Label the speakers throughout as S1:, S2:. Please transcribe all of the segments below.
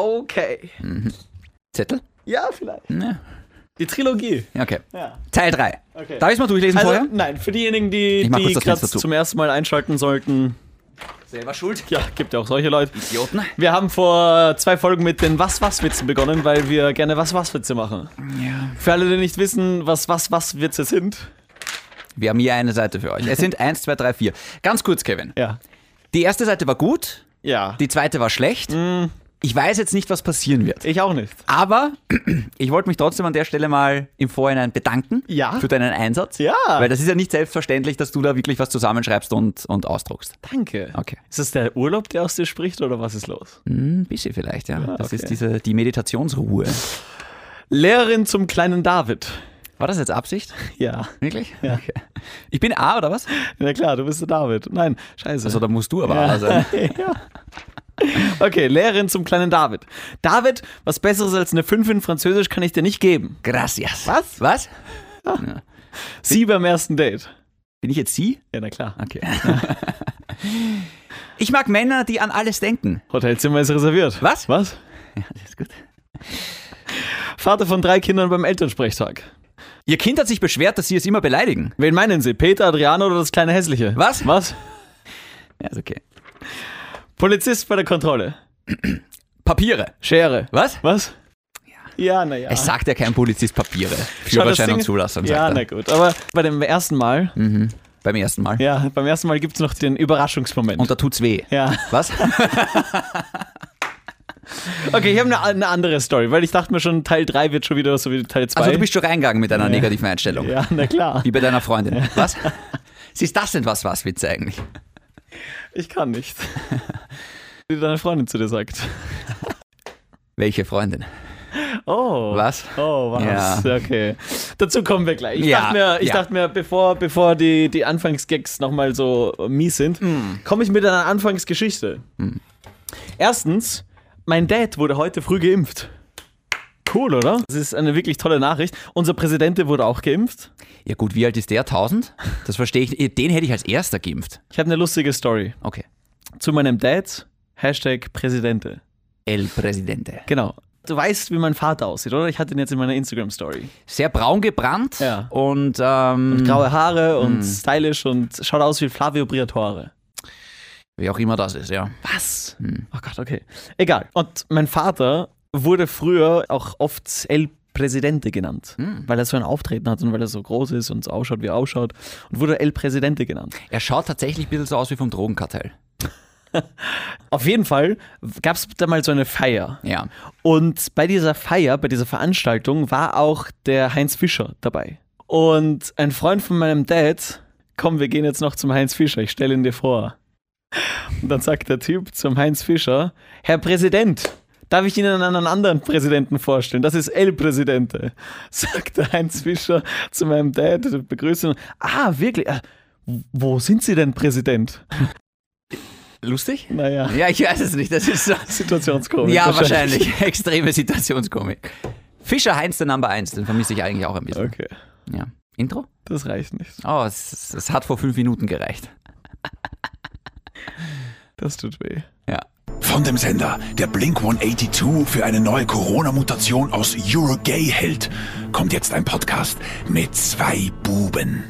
S1: Okay.
S2: Zettel?
S1: Ja, vielleicht.
S2: Ja.
S1: Die Trilogie.
S2: Okay.
S1: Ja.
S2: Teil 3.
S1: Okay.
S2: Darf ich es mal durchlesen
S1: Also,
S2: vorher?
S1: nein, für diejenigen, die,
S2: Ich mach
S1: die
S2: kurz das
S1: gerade
S2: Fenster zu.
S1: zum ersten Mal einschalten sollten,
S2: Selber schuld.
S1: ja, gibt ja auch solche Leute.
S2: Idioten.
S1: Wir haben vor zwei Folgen mit den Was-Was-Witzen begonnen, weil wir gerne Was-Was-Witze machen.
S2: Ja.
S1: Für alle, die nicht wissen, was Was-Was-Witze sind.
S2: Wir haben hier eine Seite für euch. Es sind 1, 2, 3, 4. Ganz kurz, Kevin.
S1: Ja.
S2: Die erste Seite war gut,
S1: Ja.
S2: die zweite war schlecht.
S1: Mhm.
S2: Ich weiß jetzt nicht, was passieren wird.
S1: ich auch nicht.
S2: Aber ich wollte mich trotzdem an der Stelle mal im Vorhinein bedanken
S1: Ja.
S2: für deinen Einsatz.
S1: Ja.
S2: Weil das ist ja nicht selbstverständlich, dass du da wirklich was zusammenschreibst und, und ausdruckst.
S1: Danke.
S2: Okay. Hm,
S1: Ist das der Urlaub, der aus dir spricht oder was ist los?
S2: Ein bisschen vielleicht, ja. Das
S1: Ah, okay.
S2: ist diese, die Meditationsruhe.
S1: Lehrerin zum kleinen David.
S2: War das jetzt Absicht?
S1: Ja.
S2: Wirklich? Ja. Okay. Ich bin A oder was?
S1: Na klar, du bist der David. Nein, scheiße.
S2: Also da musst du aber A sein.
S1: ja. ja. Okay, Lehrerin zum kleinen David. David, was Besseres als eine 5 in Französisch kann ich dir nicht geben.
S2: Gracias.
S1: Was?
S2: Was?
S1: Sie beim ersten Date.
S2: Bin ich jetzt Sie?
S1: Ja, na klar.
S2: Okay. ich mag Männer, die an alles denken.
S1: Hotelzimmer ist reserviert.
S2: Was?
S1: Was?
S2: Ja, das ist gut.
S1: Vater von drei Kindern beim Elternsprechtag.
S2: Ihr Kind hat sich beschwert, dass Sie es immer beleidigen.
S1: Wen meinen Sie? Peter, Adriano oder das kleine Hässliche?
S2: Was?
S1: Was?
S2: Ja, ist okay.
S1: Polizist bei der Kontrolle.
S2: Papiere.
S1: Schere.
S2: Was?
S1: Was? Ja, naja.
S2: Es sagt ja kein Polizist Papiere. Führerschein und Zulassung,
S1: Ja,
S2: sagt
S1: na
S2: er. Hm.
S1: gut. Aber bei dem ersten Mal,
S2: Beim ersten Mal.
S1: ja, beim ersten Mal gibt es noch den Überraschungsmoment.
S2: Und da tut's weh.
S1: ja.
S2: Was? Also
S1: Okay, ich habe eine, eine andere Story, weil ich dachte mir schon, Teil 3 wird schon wieder so wie Teil 2.
S2: Also du bist schon reingegangen mit einer negativen Einstellung.
S1: ja, na klar.
S2: Wie bei deiner Freundin. Was? Siehst das denn was, was Witze eigentlich?
S1: Ich kann nicht. Wie deine Freundin zu dir sagt.
S2: Welche Freundin?
S1: Oh.
S2: Was?
S1: Oh, was?
S2: Ja.
S1: Okay. Dazu kommen wir gleich. Ich
S2: Ja,
S1: dachte mir, ich
S2: ja.
S1: dachte mir bevor, bevor die, die Anfangsgags nochmal so äh, mies sind,
S2: Mm.
S1: komme ich mit einer Anfangsgeschichte. Erstens, mein Dad wurde heute früh geimpft. Cool, oder? Das ist eine wirklich tolle Nachricht. Unser Präsident wurde auch geimpft.
S2: Ja gut, wie alt ist der? 1000? Das verstehe ich. Den hätte ich als erster geimpft.
S1: Ich habe eine lustige Story.
S2: Okay.
S1: Zu meinem Dad, Hashtag Präsidente.
S2: El Presidente.
S1: Genau. Du weißt, wie mein Vater aussieht, oder? Ich hatte ihn jetzt in meiner Instagram-Story.
S2: Sehr braun gebrannt
S1: Ja.
S2: und ähm,
S1: Graue Haare und stylisch und schaut aus wie Flavio Briatore.
S2: wie auch immer das ist, ja.
S1: Was? Oh Gott, okay. Egal. Und mein Vater wurde früher auch oft El Presidente genannt, weil er so ein Auftreten hat und weil er so groß ist und so ausschaut, wie er ausschaut. Und wurde El Presidente genannt.
S2: Er schaut tatsächlich ein bisschen so aus wie vom Drogenkartell.
S1: Auf jeden Fall gab es da mal so eine Feier.
S2: Ja.
S1: Und bei dieser Feier, bei dieser Veranstaltung war auch der Heinz Fischer dabei. Und ein Freund von meinem Dad, komm, wir gehen jetzt noch zum Heinz Fischer, ich stelle ihn dir vor. Und dann sagt der Typ zum Heinz Fischer, Herr Präsident, darf ich Ihnen einen anderen Präsidenten vorstellen? Das ist El Presidente, sagt der Heinz Fischer zu meinem Dad, begrüßt ihn. Ah, wirklich? Ah, Wo sind Sie denn Präsident?
S2: Lustig?
S1: Naja,
S2: Ja, ich weiß es nicht. Das ist so.
S1: Situationskomik.
S2: ja, wahrscheinlich. Extreme Situationskomik. Fischer Heinz, der Number 1, den vermisse ich eigentlich auch ein bisschen.
S1: Okay,
S2: Ja. Intro?
S1: das reicht nicht.
S2: Oh, es, es hat vor fünf Minuten gereicht.
S1: Das tut weh.
S2: Ja.
S3: Von dem Sender, der Blink 182 für eine neue Corona-Mutation aus Eurogay hält, kommt jetzt ein Podcast mit zwei Buben.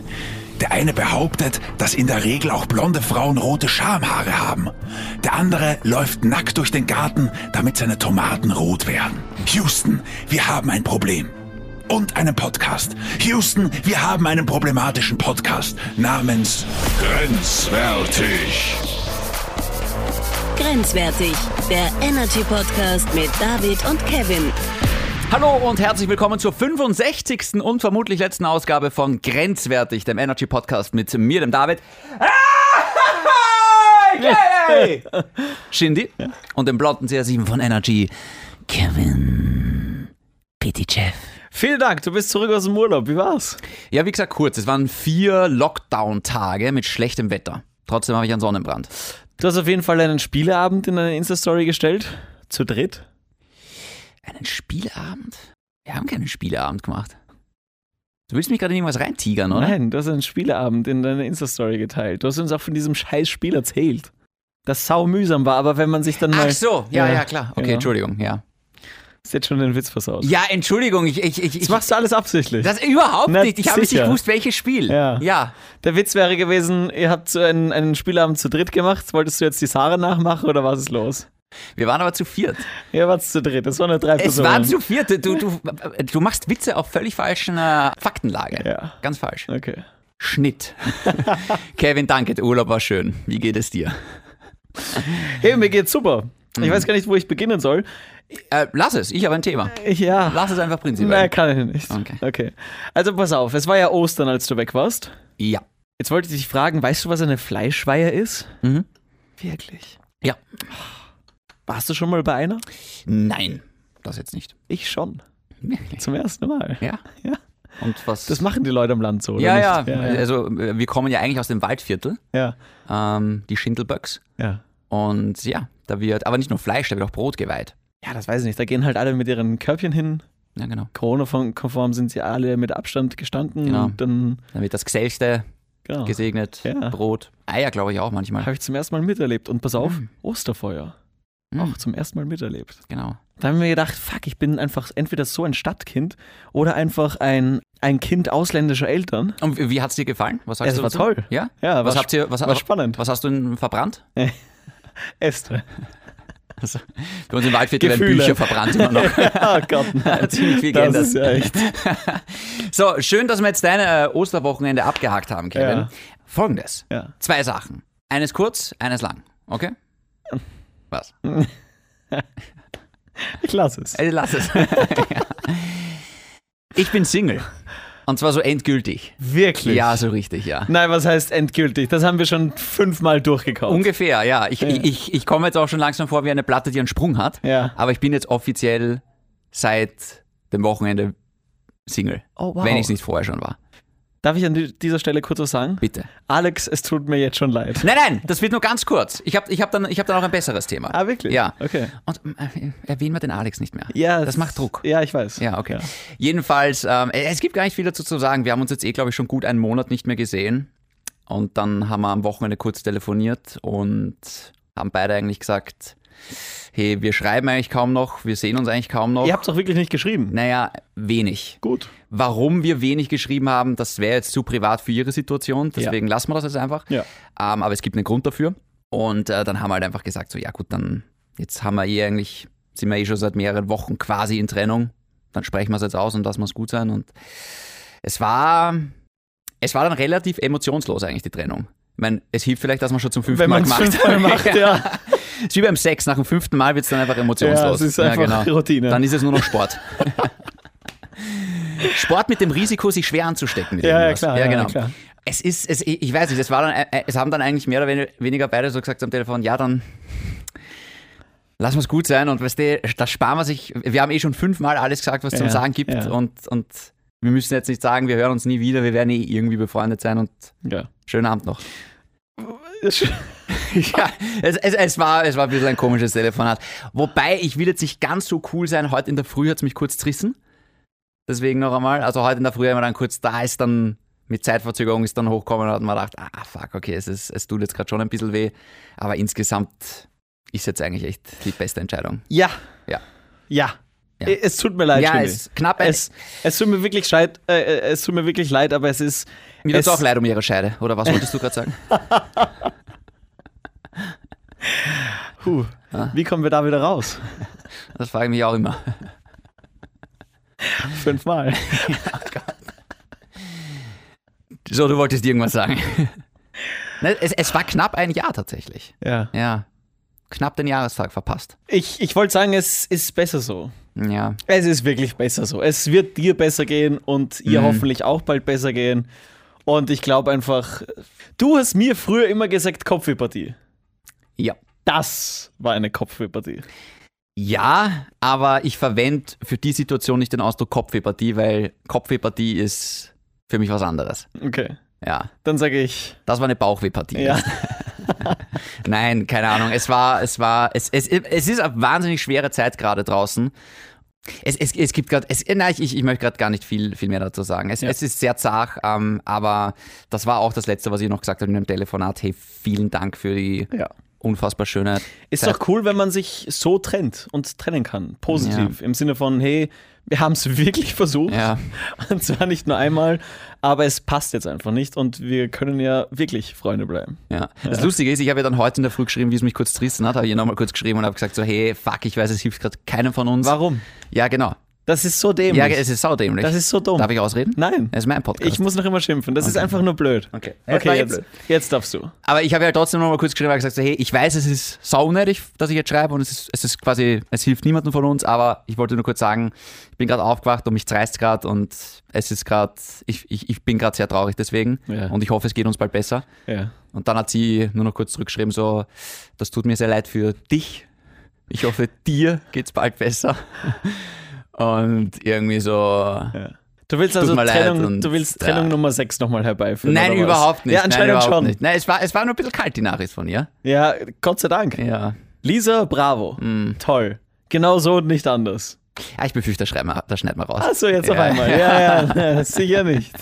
S3: Der eine behauptet, dass in der Regel auch blonde Frauen rote Schamhaare haben. Der andere läuft nackt durch den Garten, damit seine Tomaten rot werden. Houston, wir haben ein Problem. Und einen Podcast. Houston, wir haben einen problematischen Podcast namens Grenzwertig.
S4: Grenzwertig, der Energy Podcast mit David und Kevin.
S2: Hallo und herzlich willkommen zur 65. und vermutlich letzten Ausgabe von Grenzwertig, dem Energy Podcast mit mir, dem David. Hey! Shindy und dem blonden CR7 von Energy, Kevin Pitychev.
S1: Vielen Dank, du bist zurück aus dem Urlaub. Wie war's?
S2: Ja, wie gesagt, kurz. Es waren vier Lockdown-Tage mit schlechtem Wetter. Trotzdem habe ich einen Sonnenbrand.
S1: Du hast auf jeden Fall einen Spieleabend in deine Insta-Story gestellt. Zu dritt.
S2: Einen Spieleabend? Wir haben keinen Spieleabend gemacht. Du willst mich gerade in irgendwas reintigern, oder?
S1: Nein, du hast einen Spieleabend in deine Insta-Story geteilt. Du hast uns auch von diesem scheiß Spiel erzählt. das sau mühsam war, aber wenn man sich dann mal.
S2: Ach so, ja, ja, klar. Okay,
S1: genau.
S2: Entschuldigung, ja.
S1: Ist jetzt schon den Witz versaut.
S2: Ja, Entschuldigung, ich, ich, ich, ich
S1: Das machst du alles absichtlich.
S2: das überhaupt
S1: Na,
S2: nicht. Ich habe nicht
S1: sicher.
S2: gewusst, welches Spiel.
S1: Ja.
S2: ja.
S1: Der Witz wäre gewesen, ihr habt so einen, einen Spielabend zu dritt gemacht. Wolltest du jetzt die Sarah nachmachen oder was ist los?
S2: Wir waren aber zu viert.
S1: Ihr wart zu dritt, das waren nur drei
S2: Es
S1: Personen.
S2: waren zu viert. Du, du, du machst Witze auf völlig falschen äh, Faktenlage.
S1: Ja.
S2: Ganz falsch.
S1: Okay.
S2: Schnitt. Kevin, danke. Der Urlaub war schön. Wie geht es dir?
S1: Hey, mir geht's super.
S2: Mhm.
S1: Ich weiß gar nicht, wo ich beginnen soll.
S2: Äh, lass es. Ich habe ein Thema.
S1: Ja.
S2: Lass es einfach
S1: Nein,
S2: prinzipiell.
S1: kann ich nicht.
S2: Okay.
S1: Also pass auf, es war ja Ostern, als du weg warst.
S2: Ja.
S1: Jetzt wollte ich dich fragen, weißt du, was eine Fleischweihe ist?
S2: Mhm.
S1: Wirklich?
S2: Ja.
S1: Warst du schon mal bei einer?
S2: Nein. Das jetzt nicht.
S1: Ich schon. Zum ersten Mal.
S2: Ja.
S1: Ja.
S2: Und was?
S1: Das machen die Leute am Land so, oder
S2: ja, ja,
S1: nicht? ja.
S2: Also, äh, wir kommen ja eigentlich aus dem Waldviertel,
S1: Ja.
S2: ähm, die Schindelböcks.
S1: ja.
S2: Und ja, da wird, aber nicht nur Fleisch, da wird auch Brot geweiht.
S1: Ja, das weiß ich nicht. Da gehen halt alle mit ihren Körbchen hin.
S2: Ja, genau.
S1: Corona-konform sind sie alle mit Abstand gestanden.
S2: Genau.
S1: Und dann
S2: Dann wird das Geselchte
S1: genau,
S2: gesegnet,
S1: Ja.
S2: Brot. Eier, glaube ich, auch manchmal.
S1: habe ich zum ersten Mal miterlebt. Und pass auf, Osterfeuer.
S2: Mhm.
S1: Auch zum ersten Mal miterlebt.
S2: Genau.
S1: Da haben wir gedacht, fuck, ich bin einfach entweder so ein Stadtkind oder einfach ein, ein Kind ausländischer Eltern.
S2: Und wie hat es dir gefallen? Was sagst
S1: Es
S2: du
S1: war
S2: dazu?
S1: toll.
S2: Ja?
S1: Ja,
S2: was
S1: war
S2: habt ihr, was,
S1: war spannend.
S2: Was hast du denn verbrannt?
S1: Äste.
S2: Also, bei uns im Waldviertel werden
S1: Gefühle.
S2: Bücher verbrannt immer noch.
S1: oh Gott, nein.
S2: Ziemlich viel
S1: das
S2: geändert.
S1: ist ja echt.
S2: So, schön, dass wir jetzt dein äh, Osterwochenende abgehakt haben, Kevin.
S1: Ja.
S2: Folgendes.
S1: Ja.
S2: Zwei Sachen. Eines kurz, eines lang. Okay? Was?
S1: Ich lasse es.
S2: Äh, lass es. ich bin Single. Und zwar so endgültig.
S1: Wirklich?
S2: Ja, so richtig, ja.
S1: Nein, was heißt endgültig? Das haben wir schon fünfmal durchgekauft.
S2: Ungefähr, ja. Ich, ich, ich, ich komme jetzt auch schon langsam vor wie eine Platte, die einen Sprung hat.
S1: Ja.
S2: Aber ich bin jetzt offiziell seit dem Wochenende Single.
S1: Oh, wow.
S2: Wenn ich es nicht vorher schon war.
S1: Darf ich an di- dieser Stelle kurz was sagen?
S2: Bitte.
S1: Alex, es tut mir jetzt schon leid.
S2: Nein, nein, das wird nur ganz kurz. Ich habe ich hab dann, ich hab dann auch ein besseres Thema.
S1: Ah, wirklich?
S2: Ja.
S1: Okay.
S2: Und äh, erwähnen wir den Alex nicht mehr.
S1: Ja,
S2: Das macht Druck.
S1: Ja, ich weiß.
S2: Ja, okay. Jedenfalls, ähm, es gibt gar nicht viel dazu zu sagen. Wir haben uns jetzt eh, glaube ich, schon gut einen Monat nicht mehr gesehen. Und dann haben wir am Wochenende kurz telefoniert und haben beide eigentlich gesagt, hey, wir schreiben eigentlich kaum noch, wir sehen uns eigentlich kaum noch.
S1: Ihr habt es auch wirklich nicht geschrieben.
S2: Naja, wenig.
S1: Gut.
S2: Warum wir wenig geschrieben haben, das wäre jetzt zu privat für ihre Situation. Deswegen lassen wir das jetzt einfach.
S1: Ja.
S2: Ähm, aber es gibt einen Grund dafür. Und äh, dann haben wir halt einfach gesagt, so ja gut, dann jetzt haben wir eh eigentlich, sind wir eh schon seit mehreren Wochen quasi in Trennung. Dann sprechen wir es jetzt aus und lassen wir es gut sein. Und es war, es war dann relativ emotionslos eigentlich die Trennung. Ich meine, es hilft vielleicht, dass man schon zum fünften
S1: Wenn
S2: Mal
S1: man es
S2: gemacht
S1: fünfmal macht, ja.
S2: Es ist wie beim Sex, nach dem fünften Mal wird es dann einfach emotionslos. genau.
S1: Ja, es ist einfach Routine.
S2: Dann ist es nur noch Sport. Sport mit dem Risiko, sich schwer anzustecken. Mit
S1: Ja, ja,
S2: irgendwas.
S1: klar,
S2: Ja,
S1: ja,
S2: genau.
S1: klar.
S2: Es ist, es, ich ich weiß nicht, es, war dann, äh, es haben dann eigentlich mehr oder wen- weniger beide so gesagt am Telefon, ja, dann lassen wir es gut sein und weißt du, da sparen wir sich, wir haben eh schon fünfmal alles gesagt, was es zum
S1: Ja,
S2: Sagen gibt
S1: ja.
S2: und, und wir müssen jetzt nicht sagen, wir hören uns nie wieder, wir werden eh irgendwie befreundet sein und
S1: ja.
S2: schönen Abend noch. Ja, es, es, es, war, es war ein bisschen ein komisches Telefonat. Wobei, ich will jetzt nicht ganz so cool sein. Heute in der Früh hat es mich kurz zerrissen. Deswegen noch einmal. Also heute in der Früh, wenn man dann kurz da ist, dann mit Zeitverzögerung ist dann hochgekommen und hat man gedacht, ah fuck, okay, es, ist, es tut jetzt gerade schon ein bisschen weh. Aber insgesamt ist jetzt eigentlich echt die beste Entscheidung.
S1: Ja.
S2: Ja.
S1: Ja.
S2: Ja.
S1: Es tut mir leid,
S2: ja,
S1: Jimmy.
S2: es knapp. Es,
S1: es, es tut mir wirklich leid, äh, äh, es tut mir wirklich leid, aber es ist.
S2: mir tut
S1: es,
S2: auch leid um ihre Scheide. Oder was wolltest du gerade sagen?
S1: Puh, wie kommen wir da wieder raus?
S2: Das frage ich mich auch immer.
S1: Fünfmal.
S2: So, du wolltest irgendwas sagen. Ne, Es, es war knapp ein Jahr tatsächlich.
S1: Ja.
S2: Ja. Knapp den Jahrestag verpasst.
S1: Ich, ich wollte sagen, es ist besser so.
S2: Ja.
S1: Es ist wirklich besser so. Es wird dir besser gehen und ihr
S2: Mhm.
S1: hoffentlich auch bald besser gehen. Und ich glaube einfach, du hast mir früher immer gesagt, Kopfwehpartie.
S2: Ja.
S1: Das war eine Kopfwehpartie.
S2: Ja, aber ich verwende für die Situation nicht den Ausdruck Kopfwehpartie, weil Kopfwehpartie ist für mich was anderes.
S1: Okay.
S2: Ja.
S1: Dann sage ich,
S2: Das war eine Bauchwehpartie.
S1: ja,
S2: Nein, keine Ahnung. Es war, es war, es, es, es ist eine wahnsinnig schwere Zeit gerade draußen. Es, es, es gibt gerade, es- nein, ich, ich möchte gerade gar nicht viel, viel mehr dazu sagen. Es, es ist sehr zart, ähm, aber das war auch das Letzte, was ich noch gesagt habe in dem Telefonat. Hey, vielen Dank für die
S1: ja.
S2: unfassbar schöne.
S1: Ist
S2: Zeit.
S1: doch cool, wenn man sich so trennt und trennen kann. Positiv. Im Sinne von, hey, wir haben es wirklich versucht.
S2: Ja.
S1: Und zwar nicht nur einmal, aber es passt jetzt einfach nicht und wir können ja wirklich Freunde bleiben.
S2: Ja. Das Lustige ist, ich habe ja dann heute in der Früh geschrieben, wie es mich kurz trissen hat, habe ich ihr nochmal kurz geschrieben und habe gesagt so, hey, fuck, ich weiß, es hilft gerade keinem von uns.
S1: Warum?
S2: Ja, genau.
S1: Das ist so dämlich.
S2: Ja, es ist saudämlich.
S1: das ist so dumm.
S2: Darf ich ausreden?
S1: Nein.
S2: Es ist mein Podcast.
S1: Ich muss noch immer schimpfen. Das ist einfach nur blöd.
S2: Okay. Ja,
S1: Okay,
S2: war eh
S1: jetzt,
S2: blöd.
S1: jetzt darfst du.
S2: Aber ich habe ja trotzdem nochmal kurz geschrieben und gesagt, so, hey, ich weiß, es ist saunerdig, dass ich jetzt schreibe und es ist, es ist quasi, es hilft niemandem von uns, aber ich wollte nur kurz sagen, ich bin gerade aufgewacht und mich zerreißt gerade und es ist gerade, ich, ich, ich bin gerade sehr traurig deswegen
S1: Ja.
S2: und ich hoffe, es geht uns bald besser.
S1: Ja.
S2: Und dann hat sie nur noch kurz zurückgeschrieben, so, das tut mir sehr leid für dich. Ich hoffe, dir geht's bald besser. Und irgendwie so,
S1: Du willst also
S2: mir leid
S1: Trennung,
S2: und-
S1: du willst
S2: ja.
S1: Trennung Nummer 6 nochmal herbeiführen.
S2: nein,
S1: oder was?
S2: überhaupt nicht.
S1: Ja,
S2: nein,
S1: anscheinend
S2: überhaupt
S1: schon.
S2: Nicht. Nein, es war, es war nur ein bisschen kalt, die Nachricht von ihr.
S1: Ja, Gott sei Dank.
S2: Ja. Mhm.
S1: Lisa, bravo. Toll. Genau so und nicht anders.
S2: Ja, ich befürchte, das schneiden wir, das schneiden wir raus.
S1: Achso, jetzt auf
S2: Ja.
S1: einmal. Ja, ja, ja, sicher nicht.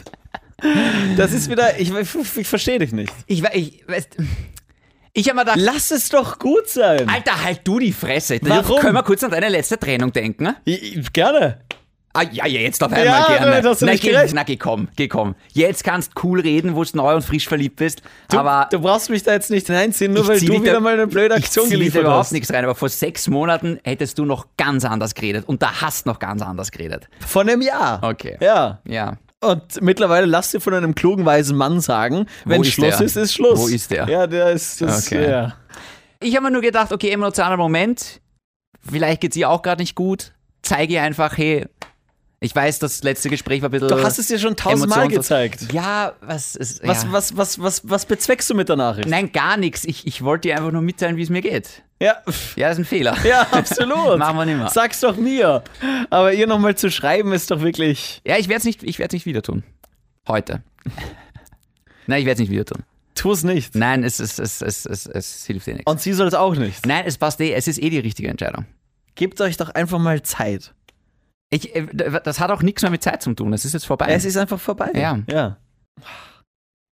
S1: Das ist wieder, ich, ich verstehe dich nicht.
S2: Ich, we- ich, weißt, ich habe mir gedacht,
S1: Lass es doch gut sein.
S2: Alter, halt du die Fresse.
S1: Warum?
S2: Können wir kurz an deine letzte Trennung denken?
S1: Ich, ich, gerne.
S2: Ah, ja, ja, jetzt auf einmal
S1: Ja,
S2: gerne.
S1: damit hast du
S2: na,
S1: nicht
S2: geh,
S1: gerecht.
S2: na, geh, komm, geh, komm. Jetzt kannst du cool reden, wo du neu und frisch verliebt bist.
S1: Du,
S2: aber
S1: du brauchst mich da jetzt nicht reinziehen, nur
S2: ich
S1: weil
S2: zieh
S1: du
S2: nicht
S1: wieder
S2: da-
S1: mal eine blöde Aktion
S2: ich zieh
S1: geliefert
S2: da überhaupt
S1: hast.
S2: nichts rein, aber vor sechs Monaten hättest du noch ganz anders geredet und da hast noch ganz anders geredet.
S1: Von einem Jahr.
S2: Okay.
S1: Ja.
S2: Ja.
S1: Und mittlerweile lass dir von einem klugen, weisen Mann sagen, wenn
S2: ist
S1: Schluss
S2: der?
S1: ist, ist Schluss.
S2: Wo ist der?
S1: Ja, der ist. Das,
S2: Okay.
S1: ja.
S2: Ich habe mir nur gedacht, okay, emotionaler Moment, vielleicht geht's ihr auch gerade nicht gut. Zeige ihr einfach, hey, ich weiß, das letzte Gespräch war ein bisschen.
S1: Du hast es dir schon tausendmal
S2: Äh, Emotions-
S1: gezeigt.
S2: Ja, was ist.
S1: Was,
S2: ja.
S1: was, was, was, was bezweckst du mit der Nachricht?
S2: Nein, gar nichts. Ich, ich wollte dir einfach nur mitteilen, wie es mir geht.
S1: Ja,
S2: Ja, das ist ein Fehler.
S1: ja, absolut.
S2: Machen wir nimmer.
S1: Sag's doch mir. Aber ihr nochmal zu schreiben ist doch wirklich.
S2: Ja, ich werde es nicht, ich werd's nicht wieder tun. Heute. Nein, ich werde es nicht wieder tun.
S1: Tu's nicht.
S2: Nein, es, es, es, es, es, es hilft dir nichts.
S1: Und sie soll es auch nicht.
S2: Nein, es passt eh. Es ist eh die richtige Entscheidung.
S1: Gebt euch doch einfach mal Zeit.
S2: Ich, äh, das hat auch nichts mehr mit Zeit zu tun. Es ist jetzt vorbei.
S1: Es ist einfach vorbei.
S2: Ja.
S1: ja.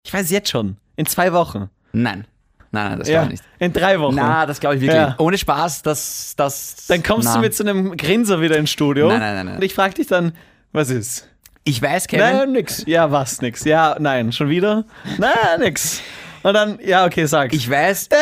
S1: Ich weiß jetzt schon. In zwei Wochen.
S2: nein. Nein, nein, das
S1: ja.
S2: glaube ich nicht.
S1: In drei Wochen.
S2: Na, das glaube ich wirklich.
S1: Ja.
S2: nicht. Ohne Spaß, das. das
S1: Dann kommst
S2: na.
S1: du mit so einem Grinser wieder ins Studio.
S2: Nein, nein, nein, nein.
S1: Und ich frag dich dann, was ist?
S2: Ich weiß, Kevin.
S1: Nein, nix. Ja, was, nix. Ja, nein, schon wieder? Nein, nix. Und dann, ja, okay, sag.
S2: Ich weiß,
S1: Da,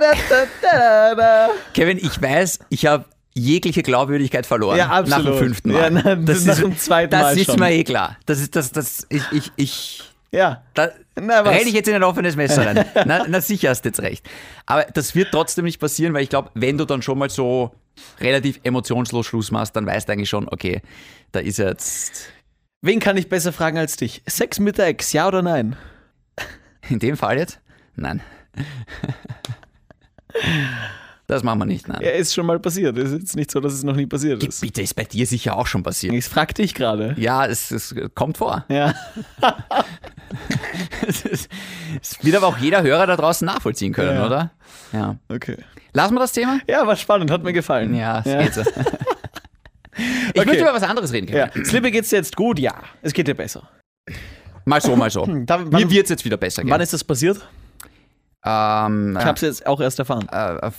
S1: da, da, da, da.
S2: Kevin, ich weiß, ich habe jegliche Glaubwürdigkeit verloren.
S1: Ja, absolut.
S2: Nach dem fünften Mal.
S1: Ja, na, nach dem zweiten
S2: das
S1: Mal
S2: ist
S1: schon.
S2: mir eh klar. Das ist das, das, ich, ich, ich,
S1: Ja.
S2: da
S1: Na, was?
S2: renne ich jetzt in ein offenes Messer rein. na, na sicher hast jetzt recht. Aber das wird trotzdem nicht passieren, weil ich glaube, wenn du dann schon mal so relativ emotionslos Schluss machst, dann weißt du eigentlich schon, okay, da ist jetzt,
S1: Wen kann ich besser fragen als dich? Sex mit der Ex, ja oder nein?
S2: in dem Fall jetzt, nein. Das machen wir nicht, nein.
S1: Ja, ist schon mal passiert. Ist jetzt nicht so, dass es noch nie passiert ist.
S2: Bitte, ist bei dir sicher auch schon passiert.
S1: Ich frag dich gerade.
S2: Ja, es, es kommt vor.
S1: Ja.
S2: Es ist- es wird aber auch jeder Hörer da draußen nachvollziehen können,
S1: Ja.
S2: oder? Ja.
S1: Okay.
S2: Lassen wir das Thema?
S1: Ja, war spannend, hat mir gefallen.
S2: Ja, es geht so. Ich möchte über was anderes reden
S1: Ja.
S2: können.
S1: Slippe geht's dir jetzt gut? Ja. Es geht dir besser.
S2: Mal so, mal so.
S1: Hm, Da-
S2: Mir
S1: wann-
S2: wird es jetzt wieder besser
S1: Wann
S2: gehen.
S1: ist das passiert?
S2: Ähm,
S1: Ich hab's jetzt auch erst erfahren.
S2: äh, äh,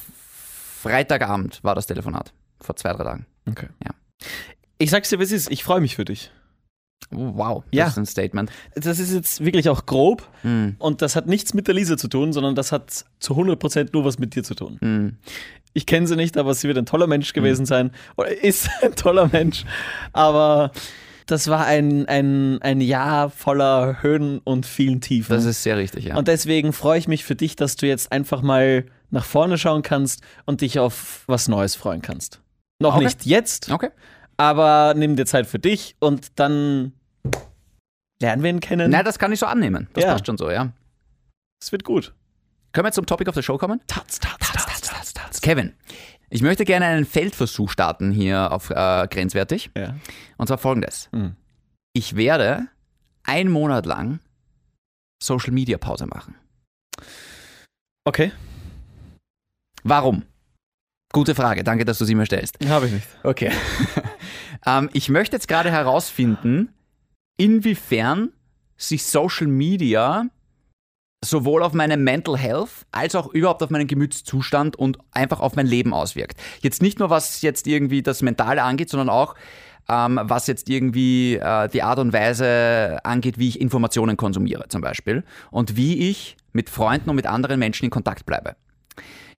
S2: Freitagabend war das Telefonat. Vor zwei, drei Tagen.
S1: Okay.
S2: Ja.
S1: Ich sag's dir, wie es ist. Ich freue mich für dich.
S2: Oh, Wow, das
S1: Ja.
S2: ist ein Statement.
S1: Das ist jetzt wirklich auch grob
S2: Hm,
S1: und das hat nichts mit der Lisa zu tun, sondern das hat zu 100% nur was mit dir zu tun.
S2: hm.
S1: Ich kenne sie nicht, aber sie wird ein toller Mensch gewesen sein. Oder ist ein toller Mensch. Aber das war ein, ein, ein Jahr voller Höhen und vielen Tiefen.
S2: Das ist sehr richtig, ja.
S1: und deswegen freue ich mich für dich, dass du jetzt einfach mal nach vorne schauen kannst und dich auf was Neues freuen kannst. Noch
S2: Okay.
S1: nicht jetzt,
S2: okay.
S1: aber nimm dir Zeit für dich und dann lernen wir ihn kennen.
S2: Nein, das kann ich so annehmen. Das
S1: Ja.
S2: passt schon so, ja.
S1: Es wird gut.
S2: Können wir zum Topic of the Show kommen?
S1: Taz, taz, taz, taz, taz, taz.
S2: Kevin, ich möchte gerne einen Feldversuch starten hier auf äh, Grenzwertig.
S1: Ja.
S2: Und zwar folgendes.
S1: Mhm.
S2: Ich werde einen Monat lang Social Media Pause machen.
S1: Okay,
S2: Warum? Gute Frage, danke, dass du sie mir stellst.
S1: habe ich nicht.
S2: Okay. ähm, ich möchte jetzt gerade herausfinden, inwiefern sich Social Media sowohl auf meine Mental Health als auch überhaupt auf meinen Gemütszustand und einfach auf mein Leben auswirkt. Jetzt nicht nur, was jetzt irgendwie das Mentale angeht, sondern auch, ähm, was jetzt irgendwie äh, die Art und Weise angeht, wie ich Informationen konsumiere zum Beispiel und wie ich mit Freunden und mit anderen Menschen in Kontakt bleibe.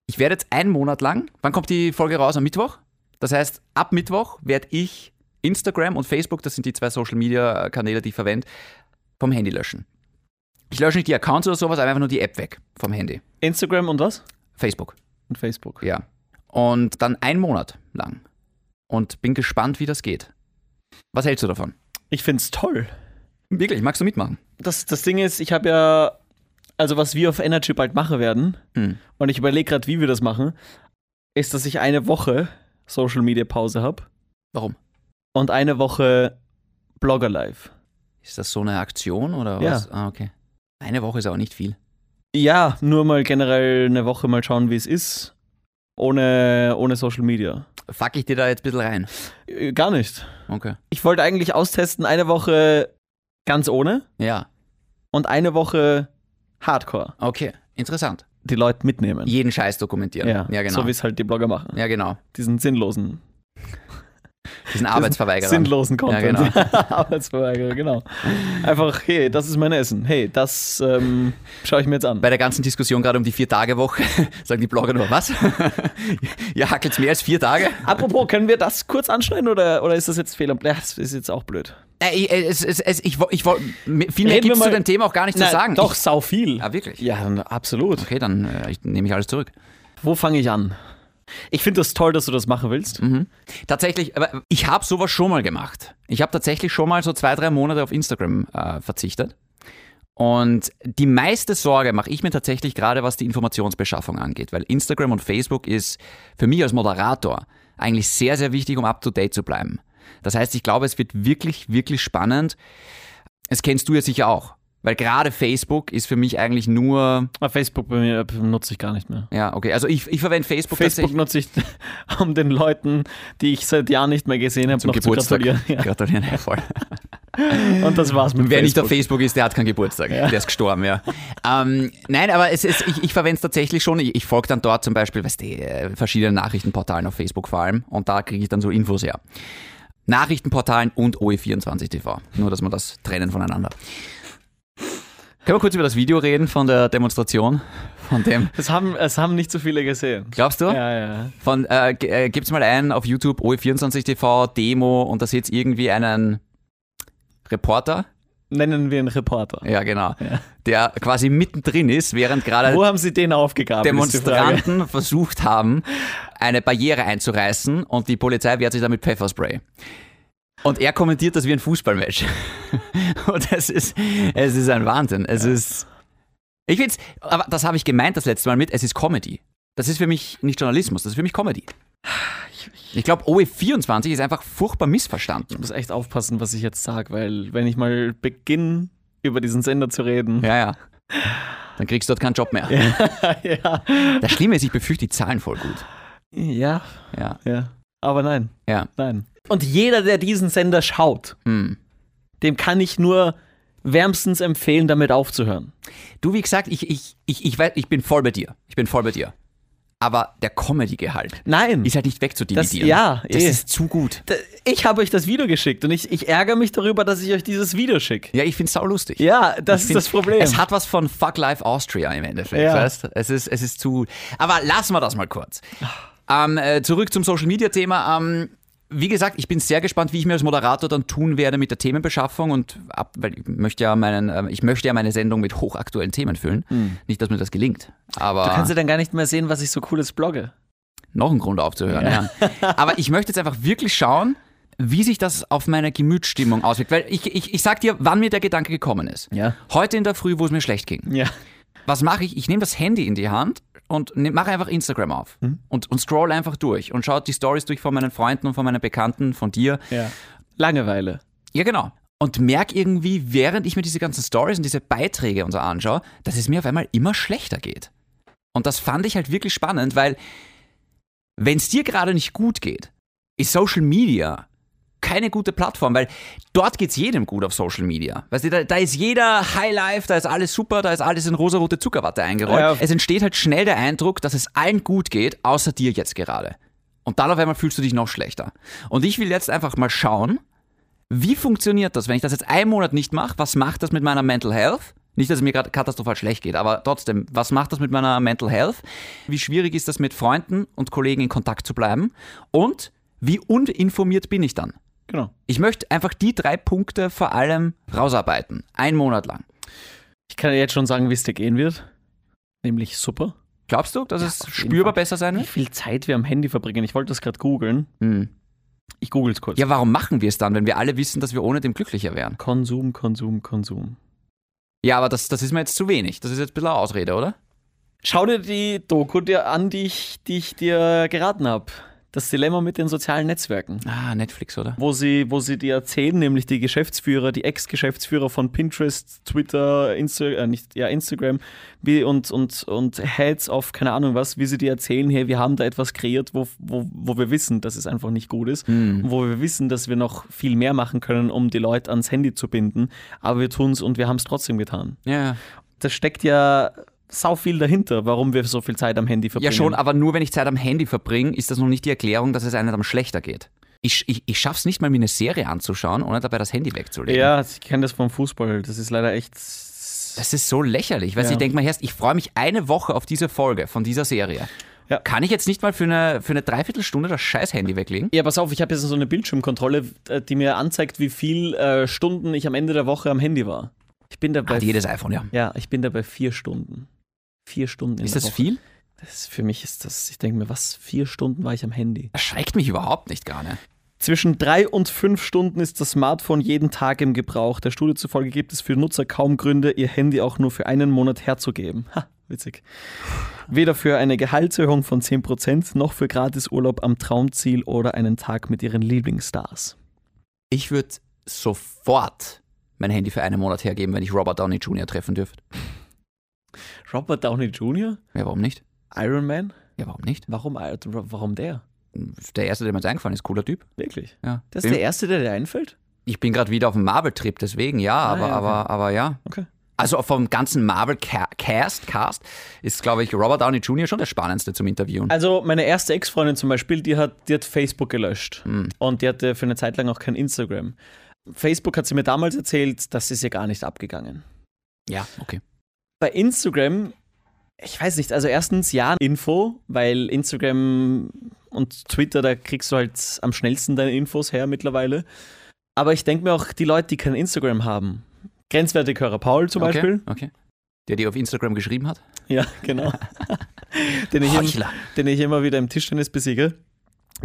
S2: Ich werde jetzt einen Monat lang, wann kommt die Folge raus? Am Mittwoch? Das heißt, ab Mittwoch werde ich Instagram und Facebook, das sind die zwei Social Media äh, Kanäle, die ich verwende, vom Handy löschen. Ich lösche nicht die Accounts oder sowas, aber einfach nur die App weg vom Handy.
S1: Instagram und was?
S2: Facebook,
S1: Und Facebook.
S2: ja. Und dann einen Monat lang. Und bin gespannt, wie das geht. Was hältst du davon?
S1: Ich find's toll.
S2: Wirklich, magst du mitmachen?
S1: Das, das Ding ist, ich habe ja, also was wir auf Energy bald machen werden,
S2: Hm.
S1: und ich überlege gerade, wie wir das machen, ist, dass ich eine Woche Social Media Pause habe
S2: Warum?
S1: und eine Woche Blogger Live.
S2: Ist das so eine Aktion oder
S1: Ja.
S2: was? Ah, okay. Eine Woche ist aber nicht viel.
S1: Ja, nur mal generell eine Woche mal schauen, wie es ist. Ohne, ohne Social Media.
S2: Fuck ich dir da jetzt ein bisschen rein.
S1: Äh, Gar nicht.
S2: Okay.
S1: Ich wollte eigentlich austesten, eine Woche ganz ohne
S2: Ja,
S1: und eine Woche Hardcore.
S2: okay. Interessant.
S1: Die Leute mitnehmen.
S2: Jeden Scheiß dokumentieren. genau.
S1: So wie es halt die Blogger machen.
S2: ja, genau.
S1: Diesen sinnlosen,
S2: Diesen Arbeitsverweigerer.
S1: sinnlosen Content.
S2: genau. Ja, genau.
S1: Arbeitsverweigerer, genau. Einfach, hey, das ist mein Essen. Hey, das ähm, schaue ich mir jetzt an.
S2: Bei der ganzen Diskussion gerade um die Vier-Tage-Woche sagen die Blogger nur, was? Ihr hackelt mehr als vier Tage?
S1: Apropos, können wir das kurz anschneiden oder, oder ist das jetzt fehl am Ja, Das ist jetzt auch blöd.
S2: Äh, ich, es, es, es, ich, wo- ich, wo- viel mehr
S1: Reden wir
S2: gibt es zu
S1: mal-
S2: dem Thema auch gar nicht
S1: Nein,
S2: zu sagen.
S1: Doch, sau viel.
S2: Ich, ah, wirklich?
S1: Ja, na, absolut.
S2: Okay, dann äh, ich, nehme ich alles zurück.
S1: Wo fange ich an? Ich finde das toll, dass du das machen willst.
S2: Mhm. Tatsächlich, aber ich habe sowas schon mal gemacht. Ich habe tatsächlich schon mal so zwei, drei Monate auf Instagram äh, verzichtet. Und die meiste Sorge mache ich mir tatsächlich gerade, was die Informationsbeschaffung angeht, weil Instagram und Facebook ist für mich als Moderator eigentlich sehr, sehr wichtig, um up-to-date zu bleiben. Das heißt, ich glaube, es wird wirklich, wirklich spannend. Es kennst du ja sicher auch, weil gerade Facebook ist für mich eigentlich nur,
S1: Aber Facebook bei mir äh, benutze ich gar nicht mehr.
S2: ja, okay, also ich, ich verwende Facebook,
S1: Facebook
S2: tatsächlich
S1: nutze ich, um den Leuten, die ich seit Jahren nicht mehr gesehen habe, noch zu gratulieren. Ja.
S2: Gratulieren, ja, voll.
S1: Und das war's mit
S2: Wer nicht auf
S1: Facebook.
S2: Facebook ist, der hat keinen Geburtstag. Der ist gestorben, ja. ähm, nein, aber es ist, ich, ich verwende es tatsächlich schon. Ich, ich folge dann dort zum Beispiel, weißt du, äh, verschiedenen Nachrichtenportalen auf Facebook vor allem. Und da kriege ich dann so Infos her. Nachrichtenportalen und E OE24 TV. Nur, dass wir das trennen voneinander. Können wir kurz über das Video reden von der Demonstration? Von dem,
S1: Es haben, es haben nicht so viele gesehen.
S2: glaubst du?
S1: Ja, ja.
S2: Von, äh, g- äh, gibt's mal ein auf YouTube E OE24 TV Demo und da seht ihr irgendwie einen Reporter,
S1: Nennen wir einen Reporter.
S2: Ja, genau. Der quasi mittendrin ist, während gerade
S1: Wo haben sie den aufgegraben? ist die Frage.
S2: Demonstranten versucht haben, eine Barriere einzureißen und die Polizei wehrt sich damit Pfefferspray. Und er kommentiert das wie ein Fußballmatch. Und es ist, es ist ein Wahnsinn. Es ist. Ich find's, aber das habe ich gemeint das letzte Mal mit, es ist Comedy. Das ist für mich nicht Journalismus, das ist für mich Comedy. Ich glaube, OE24 ist einfach furchtbar missverstanden.
S1: Ich muss echt aufpassen, was ich jetzt sage, weil wenn ich mal beginne, über diesen Sender zu reden.
S2: Ja, ja. Dann kriegst du dort keinen Job mehr.
S1: ja.
S2: Das Schlimme ist, ich befürchte die Zahlen voll gut.
S1: ja.
S2: Ja,
S1: ja. Aber nein.
S2: ja.
S1: Nein. Und jeder, der diesen Sender schaut,
S2: Hm.
S1: dem kann ich nur wärmstens empfehlen, damit aufzuhören.
S2: Du, wie gesagt, ich, ich, ich, ich, weiß, ich bin voll bei dir. Ich bin voll bei dir. Aber der Comedy-Gehalt
S1: Nein.
S2: ist halt nicht wegzudividieren.
S1: Das- ja,
S2: das
S1: eh.
S2: ist zu gut.
S1: D- Ich habe euch das Video geschickt und ich, ich ärgere mich darüber, dass ich euch dieses Video schicke.
S2: Ja, ich find's sau lustig.
S1: Ja, das
S2: Ich
S1: ist
S2: find,
S1: das Problem.
S2: Es hat was von Fuck Life Austria im Endeffekt.
S1: Ja.
S2: Weißt? Es, ist, es ist zu. Aber lassen wir das mal kurz. Ähm, äh, zurück zum Social Media Thema. Ähm, wie gesagt, ich bin sehr gespannt, wie ich mir als Moderator dann tun werde mit der Themenbeschaffung und ab, weil ich möchte ja meinen, ähm, ich möchte ja meine Sendung mit hochaktuellen Themen füllen. Nicht, dass mir das gelingt. Aber
S1: Hm. du kannst ja dann gar nicht mehr sehen, was ich so cooles blogge.
S2: noch ein Grund aufzuhören. Ja. Aber ich möchte jetzt einfach wirklich schauen, wie sich das auf meine Gemütsstimmung auswirkt. Weil ich, ich, ich sag dir, wann mir der Gedanke gekommen ist.
S1: Ja.
S2: Heute in der Früh, wo es mir schlecht ging.
S1: Ja.
S2: Was mache ich? Ich nehme das Handy in die Hand und nehm- mache einfach Instagram auf und, und scroll einfach durch und schaue die Stories durch von meinen Freunden und von meinen Bekannten, von dir.
S1: ja. Langeweile.
S2: Ja, genau. Und merke irgendwie, während ich mir diese ganzen Stories und diese Beiträge und so anschaue, dass es mir auf einmal immer schlechter geht. Und das fand ich halt wirklich spannend, weil wenn es dir gerade nicht gut geht, ist Social Media keine gute Plattform, weil dort geht's jedem gut auf Social Media. Weißt du, da, da ist jeder Highlife, da ist alles super, da ist alles in rosarote Zuckerwatte eingerollt.
S1: Ja.
S2: Es entsteht halt schnell der Eindruck, dass es allen gut geht, außer dir jetzt gerade. Und dann auf einmal fühlst du dich noch schlechter. Und ich will jetzt einfach mal schauen, wie funktioniert das, wenn ich das jetzt einen Monat nicht mache? Was macht das mit meiner Mental Health? Nicht, dass es mir gerade katastrophal schlecht geht, aber trotzdem, was macht das mit meiner Mental Health? Wie schwierig ist das, mit Freunden und Kollegen in Kontakt zu bleiben? Und wie uninformiert bin ich dann?
S1: Genau.
S2: Ich möchte einfach die drei Punkte vor allem rausarbeiten. Einen Monat lang.
S1: Ich kann dir jetzt schon sagen, wie es dir gehen wird. Nämlich super.
S2: Glaubst du, dass
S1: Ja, auf
S2: es
S1: jeden
S2: spürbar
S1: Fall.
S2: besser sein
S1: Wie
S2: wird?
S1: viel Zeit wir am Handy verbringen. Ich wollte das gerade googeln.
S2: Hm.
S1: Ich google es kurz.
S2: Ja, warum machen wir es dann, wenn wir alle wissen, dass wir ohne dem glücklicher wären?
S1: Konsum, Konsum, Konsum.
S2: Ja, aber das, das ist mir jetzt zu wenig. Das ist jetzt ein bisschen eine Ausrede, oder?
S1: Schau dir die Doku dir an, die ich, die ich dir geraten habe. Das Dilemma mit den sozialen Netzwerken.
S2: Ah, Netflix, oder?
S1: Wo sie, wo sie dir erzählen, nämlich die Geschäftsführer, die Ex-Geschäftsführer von Pinterest, Twitter, Insta äh, nicht, ja, Instagram wie, und, und, und Heads auf keine Ahnung was, wie sie dir erzählen, hey, wir haben da etwas kreiert, wo, wo, wo wir wissen, dass es einfach nicht gut ist.
S2: Hm.
S1: Und wo wir wissen, dass wir noch viel mehr machen können, um die Leute ans Handy zu binden. Aber wir tun's und wir haben's trotzdem getan.
S2: Ja.
S1: Da steckt ja sau viel dahinter, warum wir so viel Zeit am Handy verbringen.
S2: Ja, schon, aber nur wenn ich Zeit am Handy verbringe, ist das noch nicht die Erklärung, dass es einem dann schlechter geht. Ich, ich, ich schaff's nicht mal, mir eine Serie anzuschauen, ohne dabei das Handy wegzulegen.
S1: Ja, ich kenne das vom Fußball. Das ist leider echt.
S2: Das ist so lächerlich. Weißt,
S1: Ja.
S2: du, Ich denke mal, erst, ich freue mich eine Woche auf diese Folge von dieser Serie.
S1: Ja.
S2: Kann ich jetzt nicht mal für eine, für eine Dreiviertelstunde das scheiß Handy weglegen?
S1: Ja, pass auf, ich habe jetzt so eine Bildschirmkontrolle, äh, die mir anzeigt, wie viel äh, Stunden ich am Ende der Woche am Handy war. Ich bin dabei.
S2: Hat jedes iPhone, ja.
S1: ja, ich bin dabei vier Stunden. Vier Stunden. In
S2: Ist
S1: der
S2: das
S1: Woche.
S2: viel?
S1: Das ist, für mich ist das, ich denke mir, was, vier Stunden war ich am Handy?
S2: Das schreckt mich überhaupt nicht gar nicht.
S1: Zwischen drei und fünf Stunden ist das Smartphone jeden Tag im Gebrauch. Der Studie zufolge gibt es für Nutzer kaum Gründe, ihr Handy auch nur für einen Monat herzugeben. Ha, witzig. Weder für eine Gehaltserhöhung von 10% noch für Gratisurlaub am Traumziel oder einen Tag mit ihren Lieblingsstars.
S2: Ich würde sofort mein Handy für einen Monat hergeben, wenn ich Robert Downey Jr. treffen dürfte.
S1: Robert Downey Jr.,
S2: Ja, warum nicht?
S1: Iron Man?
S2: Ja, warum nicht?
S1: Warum, Iron- warum der?
S2: Der erste, der mir jetzt eingefallen ist, cooler Typ.
S1: Wirklich?
S2: Ja.
S1: Das
S2: Bin-
S1: ist der erste, der dir einfällt?
S2: ich bin gerade wieder auf dem Marvel-Trip, deswegen ja, aber,
S1: Ah, ja, okay.
S2: aber, aber ja.
S1: Okay.
S2: Also vom ganzen Marvel-Cast Cast ist, glaube ich, Robert Downey Jr. schon der spannendste zum Interviewen.
S1: Also meine erste Ex-Freundin zum Beispiel, die hat, die hat Facebook gelöscht und die hatte für eine Zeit lang auch kein Instagram. Facebook hat sie mir damals erzählt, das ist ihr gar nicht abgegangen.
S2: Ja, okay.
S1: Bei Instagram, ich weiß nicht, also erstens ja, Info, weil Instagram und Twitter, da kriegst du halt am schnellsten deine Infos her mittlerweile. Aber ich denke mir auch, die Leute, die kein Instagram haben, grenzwertig Hörer Paul zum Beispiel,
S2: Okay. okay. Der, die auf Instagram geschrieben hat.
S1: ja, genau, den, ich im,
S2: Heuchler.
S1: den ich immer wieder im Tischtennis besiege,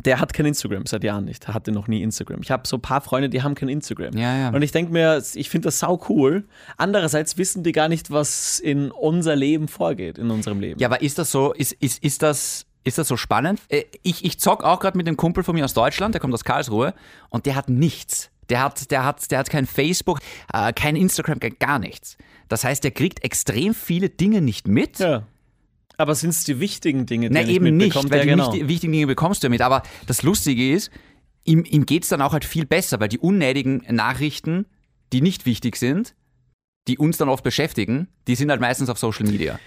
S1: der hat kein Instagram, seit Jahren nicht. Er hatte noch nie Instagram. Ich habe so ein paar Freunde, die haben kein Instagram.
S2: Ja, ja.
S1: Und ich denke mir, ich finde das sau cool. Andererseits wissen die gar nicht, was in unser Leben vorgeht, in unserem Leben.
S2: Ja, aber ist das so, ist, ist, ist das. Ist das so spannend? Äh, Ich, ich zock auch gerade mit einem Kumpel von mir aus Deutschland, der kommt aus Karlsruhe und der hat nichts. Der hat, der hat, der hat kein Facebook, äh, kein Instagram, gar nichts. Das heißt, der kriegt extrem viele Dinge nicht mit.
S1: Ja. Aber sind es die wichtigen Dinge, die
S2: Na,
S1: er nicht
S2: eben nicht,
S1: mitbekommt?
S2: weil
S1: ja,
S2: die
S1: genau.
S2: wichti- wichtigen Dinge bekommst du damit. Aber das Lustige ist, ihm, ihm geht es dann auch halt viel besser, weil die unnötigen Nachrichten, die nicht wichtig sind, die uns dann oft beschäftigen, die sind halt meistens auf Social Media.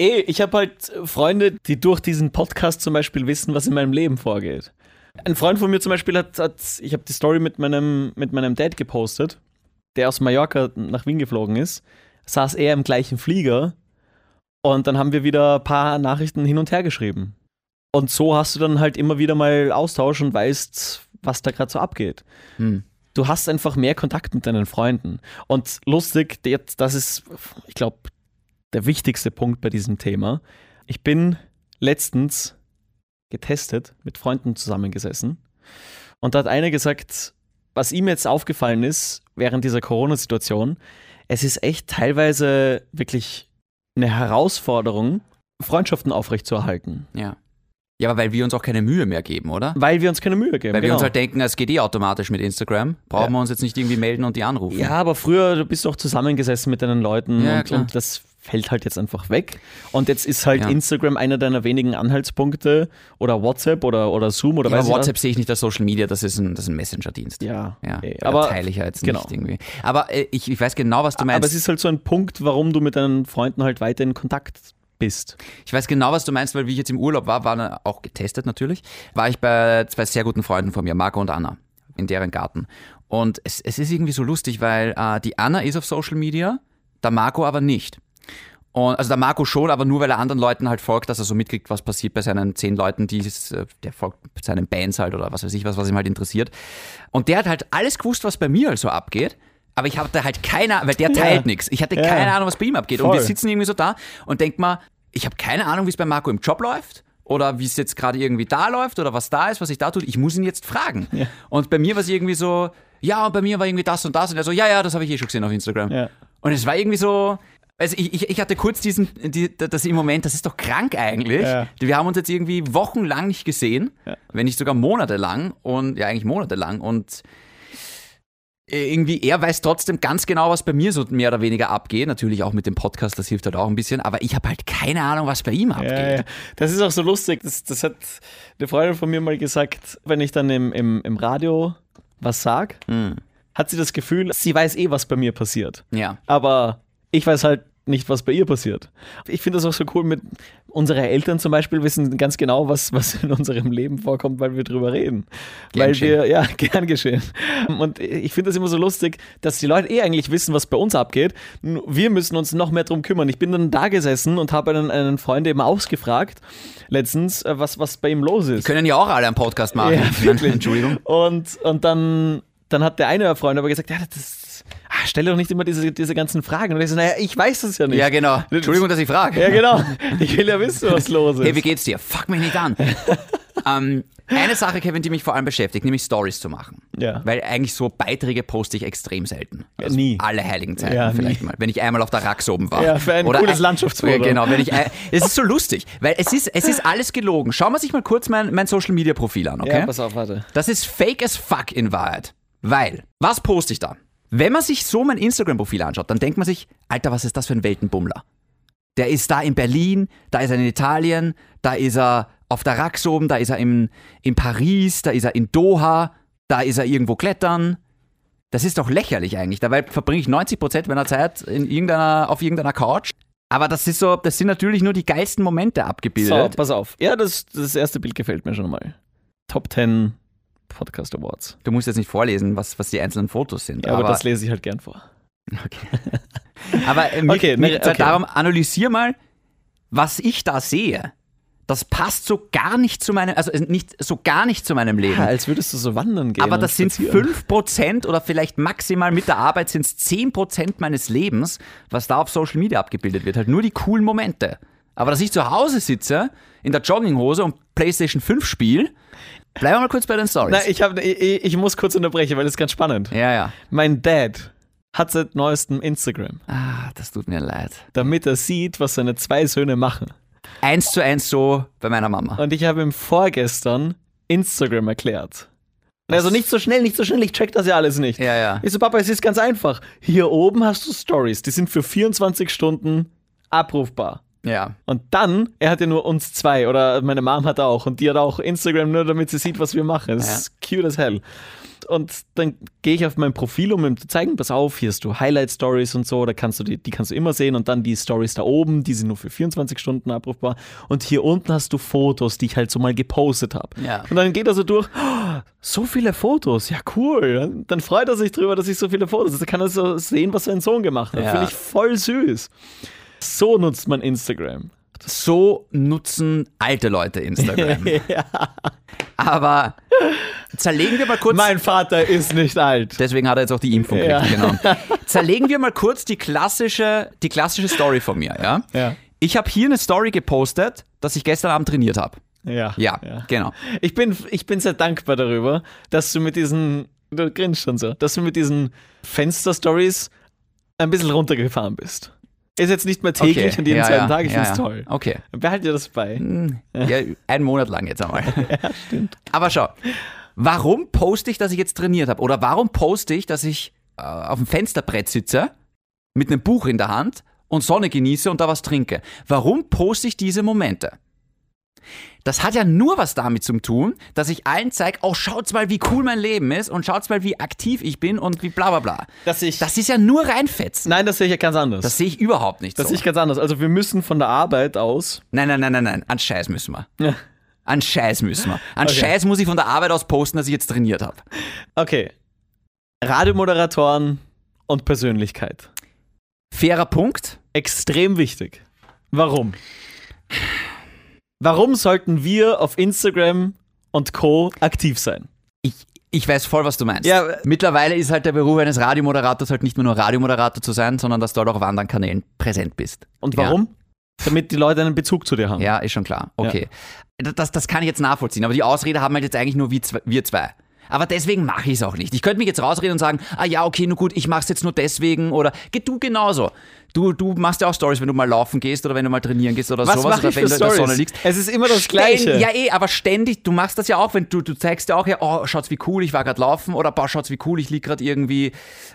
S1: Eh, ich habe halt Freunde, die durch diesen Podcast zum Beispiel wissen, was in meinem Leben vorgeht. Ein Freund von mir zum Beispiel hat, hat ich habe die Story mit meinem, mit meinem Dad gepostet, der aus Mallorca nach Wien geflogen ist, saß er im gleichen Flieger und dann haben wir wieder ein paar Nachrichten hin und her geschrieben. Und so hast du dann halt immer wieder mal Austausch und weißt, was da gerade so abgeht.
S2: Hm.
S1: Du hast einfach mehr Kontakt mit deinen Freunden. Und lustig, jetzt, das ist, ich glaube, der wichtigste Punkt bei diesem Thema. Ich bin letztens getestet, mit Freunden zusammengesessen und da hat einer gesagt, was ihm jetzt aufgefallen ist während dieser Corona-Situation, es ist echt teilweise wirklich eine Herausforderung, Freundschaften aufrechtzuerhalten,
S2: Ja. Ja, aber weil wir uns auch keine Mühe mehr geben, oder?
S1: weil wir uns keine Mühe geben.
S2: Weil wir
S1: genau.
S2: uns halt denken, es geht eh automatisch mit Instagram. Brauchen
S1: Ja.
S2: wir uns jetzt nicht irgendwie melden und die anrufen.
S1: ja, aber früher, du bist doch zusammengesessen mit deinen Leuten
S2: Ja,
S1: und,
S2: klar.
S1: und das fällt halt jetzt einfach weg. Und jetzt ist halt
S2: Ja.
S1: Instagram einer deiner wenigen Anhaltspunkte oder WhatsApp oder, oder Zoom oder
S2: Aber
S1: weiß ich
S2: WhatsApp sehe ich nicht als Social Media, das ist ein, das ist ein Messenger-Dienst.
S1: Ja,
S2: Ja,
S1: eh,
S2: aber
S1: aber-
S2: teile ich ja jetzt
S1: genau.
S2: nicht irgendwie. Aber äh, ich, ich weiß genau, was du
S1: was.
S2: meinst.
S1: Aber es ist halt so ein Punkt, warum du mit deinen Freunden halt weiter in Kontakt bist.
S2: Ich weiß genau, was du meinst, weil wie ich jetzt im Urlaub war, war auch getestet natürlich, war ich bei zwei sehr guten Freunden von mir, Marco und Anna, in deren Garten. Und es, es ist irgendwie so lustig, weil äh, die Anna ist auf Social Media, der Marco aber nicht. Und, also der Marco schon, aber nur weil er anderen Leuten halt folgt, dass er so mitkriegt, was passiert bei seinen zehn Leuten, die es, äh, der folgt seinen Bands halt oder was weiß ich was, was ihm halt interessiert. Und der hat halt alles gewusst, was bei mir halt so abgeht. Aber ich hatte halt keine, weil der teilt nichts. Ich hatte
S1: Ja.
S2: keine Ahnung, was bei ihm abgeht. Und wir
S1: Voll.
S2: sitzen irgendwie so da und denken mal, ich habe keine Ahnung, wie es bei Marco im Job läuft oder wie es jetzt gerade irgendwie da läuft oder was da ist, was ich da tut. Ich muss ihn jetzt fragen.
S1: Ja.
S2: Und bei mir war es irgendwie so, ja, und bei mir war irgendwie das und das. Und er so, ja, ja, das habe ich eh schon gesehen auf Instagram.
S1: Ja.
S2: Und es war irgendwie so, also ich, ich, ich hatte kurz diesen, die, das im Moment, das ist doch krank eigentlich.
S1: Ja.
S2: Wir haben uns jetzt irgendwie wochenlang nicht gesehen, wenn nicht sogar monatelang und ja, eigentlich monatelang und äh, irgendwie, er weiß trotzdem ganz genau, was bei mir so mehr oder weniger abgeht. Natürlich auch mit dem Podcast, das hilft halt auch ein bisschen, aber ich habe halt keine Ahnung, was bei ihm abgeht.
S1: Ja, ja. Das ist auch so lustig. Das, das hat eine Freundin von mir mal gesagt, wenn ich dann im, im, im Radio was sag,
S2: Hm.
S1: hat sie das Gefühl, sie weiß eh, was bei mir passiert.
S2: Ja.
S1: Aber ich weiß halt nicht, was bei ihr passiert. Ich finde das auch so cool mit unsere Eltern zum Beispiel wissen ganz genau, was, was in unserem Leben vorkommt, weil wir drüber reden.
S2: Gern
S1: weil
S2: geschehen.
S1: wir, ja, gern geschehen. Und ich finde das immer so lustig, dass die Leute eh eigentlich wissen, was bei uns abgeht. Nur Wir müssen uns noch mehr drum kümmern. Ich bin dann da gesessen und habe einen, einen Freund eben ausgefragt, letztens, äh, was, was bei ihm los ist.
S2: Können ja auch alle einen Podcast machen.
S1: Ja,
S2: Ich meine,
S1: wirklich.
S2: Entschuldigung.
S1: Und, und dann, dann hat der eine Freund aber gesagt, ja, das, ah, stell doch nicht immer diese, diese ganzen Fragen. Und ich so, naja, ich weiß das ja nicht.
S2: Ja, genau. Entschuldigung, dass ich frage.
S1: Ja, genau. Ich will ja wissen, was los ist.
S2: Hey, wie geht's dir? Fuck mich nicht an. ähm, eine Sache, Kevin, die mich vor allem beschäftigt, nämlich Stories zu machen.
S1: Ja.
S2: Weil eigentlich so Beiträge poste ich extrem selten. Also
S1: nie.
S2: Alle heiligen Zeiten
S1: Ja,
S2: vielleicht
S1: nie.
S2: mal. Wenn ich einmal auf der Rax oben war.
S1: Ja, für ein cooles Landschaftsfoto.
S2: Ja, Genau, wenn ich ein, Es ist so lustig, weil es ist, es ist alles gelogen. Schauen wir sich mal kurz mein, mein Social Media Profil an, okay?
S1: Ja, pass auf, warte.
S2: Das ist fake as fuck in Wahrheit. Weil, was poste ich da? Wenn man sich so mein Instagram-Profil anschaut, dann denkt man sich, Alter, was ist das für ein Weltenbummler? Der ist da in Berlin, da ist er in Italien, da ist er auf der Rax oben, da ist er in, in Paris, da ist er in Doha, da ist er irgendwo klettern. Das ist doch lächerlich eigentlich. Dabei verbringe ich 90% meiner Zeit in irgendeiner, auf irgendeiner Couch. Aber das ist so, das sind natürlich nur die geilsten Momente
S1: So,
S2: abgebildet.
S1: pass auf. Ja, das, das erste Bild gefällt mir schon mal. Top 10 Podcast Awards.
S2: Du musst jetzt nicht vorlesen, was, was die einzelnen Fotos sind.
S1: Ja, aber, das lese ich halt gern vor.
S2: Aber äh, mir,
S1: Okay,
S2: mir
S1: ne,
S2: geht's halt
S1: okay.
S2: darum, analysier mal, was ich da sehe. Das passt so gar nicht zu meinem, also nicht so gar nicht zu meinem Leben.
S1: Ja, als würdest du so wandern gehen.
S2: Aber
S1: und
S2: das sind
S1: spazieren.
S2: 5% oder vielleicht maximal mit der Arbeit sind es 10% meines Lebens, was da auf Social Media abgebildet wird. Halt nur die coolen Momente. Aber dass ich zu Hause sitze, in der Jogginghose und Playstation 5 spiele, bleiben wir mal kurz bei den Stories.
S1: Nein, ich, hab, ich, ich muss kurz unterbrechen, weil das ist ganz spannend.
S2: ja, ja.
S1: Mein Dad hat seit neuestem Instagram,
S2: Ah, das tut mir leid.
S1: damit er sieht, was seine zwei Söhne machen.
S2: Eins zu eins so bei meiner Mama.
S1: Und ich habe ihm vorgestern Instagram erklärt. Also nicht so schnell, nicht so schnell, ich check das ja alles nicht.
S2: Ja, ja.
S1: Ich so, Papa, es ist ganz einfach. Hier oben hast du Stories, die sind für 24 Stunden abrufbar.
S2: Ja.
S1: Und dann, er hat ja nur uns zwei, oder meine Mom hat auch, und die hat auch Instagram, nur damit sie sieht, was wir machen. Das ist cute as hell. Und dann gehe ich auf mein Profil, um ihm zu zeigen, pass auf, hier hast du Highlight-Stories und so, da kannst du die, die kannst du immer sehen. Und dann die Stories da oben, die sind nur für 24 Stunden abrufbar. Und hier unten hast du Fotos, die ich halt so mal gepostet habe.
S2: Ja.
S1: Und dann geht er so durch, "Oh, so viele Fotos, ja cool. Dann freut er sich drüber, dass ich so viele Fotos habe. Dann kann er so sehen, was sein Sohn gemacht hat.
S2: Ja.
S1: Finde ich voll süß. So nutzt man Instagram.
S2: so nutzen alte Leute Instagram. Aber zerlegen wir mal kurz.
S1: Mein Vater ist nicht alt.
S2: Deswegen hat er jetzt auch die Impfung
S1: Ja.
S2: gekriegt, genau. Zerlegen wir mal kurz die klassische, die klassische Story von mir, ja?
S1: Ja.
S2: Ich habe hier eine Story gepostet, dass ich gestern Abend trainiert habe.
S1: Ja.
S2: Ja, genau.
S1: Ich bin, ich bin sehr dankbar darüber, dass du mit diesen, du grinst schon so, dass du mit diesen Fenster-Stories ein bisschen runtergefahren bist. Ist jetzt nicht mehr täglich und jeden zweiten Tag, ich
S2: ja,
S1: find's
S2: ja.
S1: toll.
S2: Okay. Hm.
S1: Behalt dir das bei.
S2: Ja, einen Monat lang jetzt einmal. Ja, stimmt. Aber schau, warum poste ich, dass ich jetzt trainiert habe? Oder warum poste ich, dass ich äh, auf dem Fensterbrett sitze mit einem Buch in der Hand und Sonne genieße und da was trinke. Warum poste ich diese Momente? Das hat ja nur was damit zu tun, dass ich allen zeige, oh, schaut's mal, wie cool mein Leben ist und schaut's mal, wie aktiv ich bin und wie bla bla bla.
S1: Dass ich-
S2: das ist ja nur reinfetzen.
S1: Nein, das sehe ich ja ganz anders.
S2: Das sehe ich überhaupt nicht
S1: das
S2: so.
S1: sehe ich ganz anders. Also wir müssen von der Arbeit aus.
S2: nein, nein, nein, nein, nein, an Scheiß müssen wir.
S1: Ja.
S2: An Scheiß müssen wir. An
S1: Okay.
S2: Scheiß muss ich von der Arbeit aus posten, dass ich jetzt trainiert habe.
S1: Okay. Radiomoderatoren und Persönlichkeit.
S2: Fairer Punkt.
S1: Extrem wichtig. Warum? Warum sollten wir auf Instagram und Co. aktiv sein?
S2: Ich, ich weiß voll, was du meinst.
S1: Ja, äh-
S2: Mittlerweile ist halt der Beruf eines Radiomoderators halt nicht mehr nur Radiomoderator zu sein, sondern dass du halt auch auf anderen Kanälen präsent bist.
S1: Und
S2: Ja.
S1: warum? Damit die Leute einen Bezug zu dir haben.
S2: Ja, ist schon klar. Okay. Das, das kann ich jetzt nachvollziehen. Aber die Ausrede haben halt jetzt eigentlich nur wir zwei. Wir zwei. Aber deswegen mache ich es auch nicht. Ich könnte mich jetzt rausreden und sagen, ah ja, okay, nur gut, ich mache es jetzt nur deswegen oder Geh du genauso. Du, du machst ja auch Stories, wenn du mal laufen gehst oder wenn du mal trainieren gehst oder
S1: Was
S2: sowas
S1: mache
S2: oder
S1: ich
S2: wenn
S1: für
S2: du in der Sonne
S1: Stories?
S2: liegst.
S1: Es ist immer das
S2: Ständig-
S1: Gleiche.
S2: Ja, eh, aber ständig, du machst das ja auch, wenn du, du zeigst ja auch, ja, oh, schaut's, wie cool, ich war gerade laufen oder boah, schaut's, wie cool, ich lieg gerade irgendwie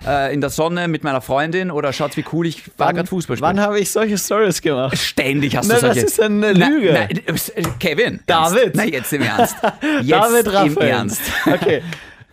S2: äh, in der Sonne mit meiner Freundin oder schaut's, wie cool, ich war gerade Fußball spielen.
S1: Wann habe ich solche Stories gemacht?
S2: Ständig hast
S1: Na,
S2: du solche.
S1: das ist eine Lüge.
S2: Nein, nein, Kevin.
S1: David.
S2: Ernst? Na, jetzt im Ernst. Jetzt
S1: David
S2: im
S1: Raphael.
S2: Ernst.
S1: Okay.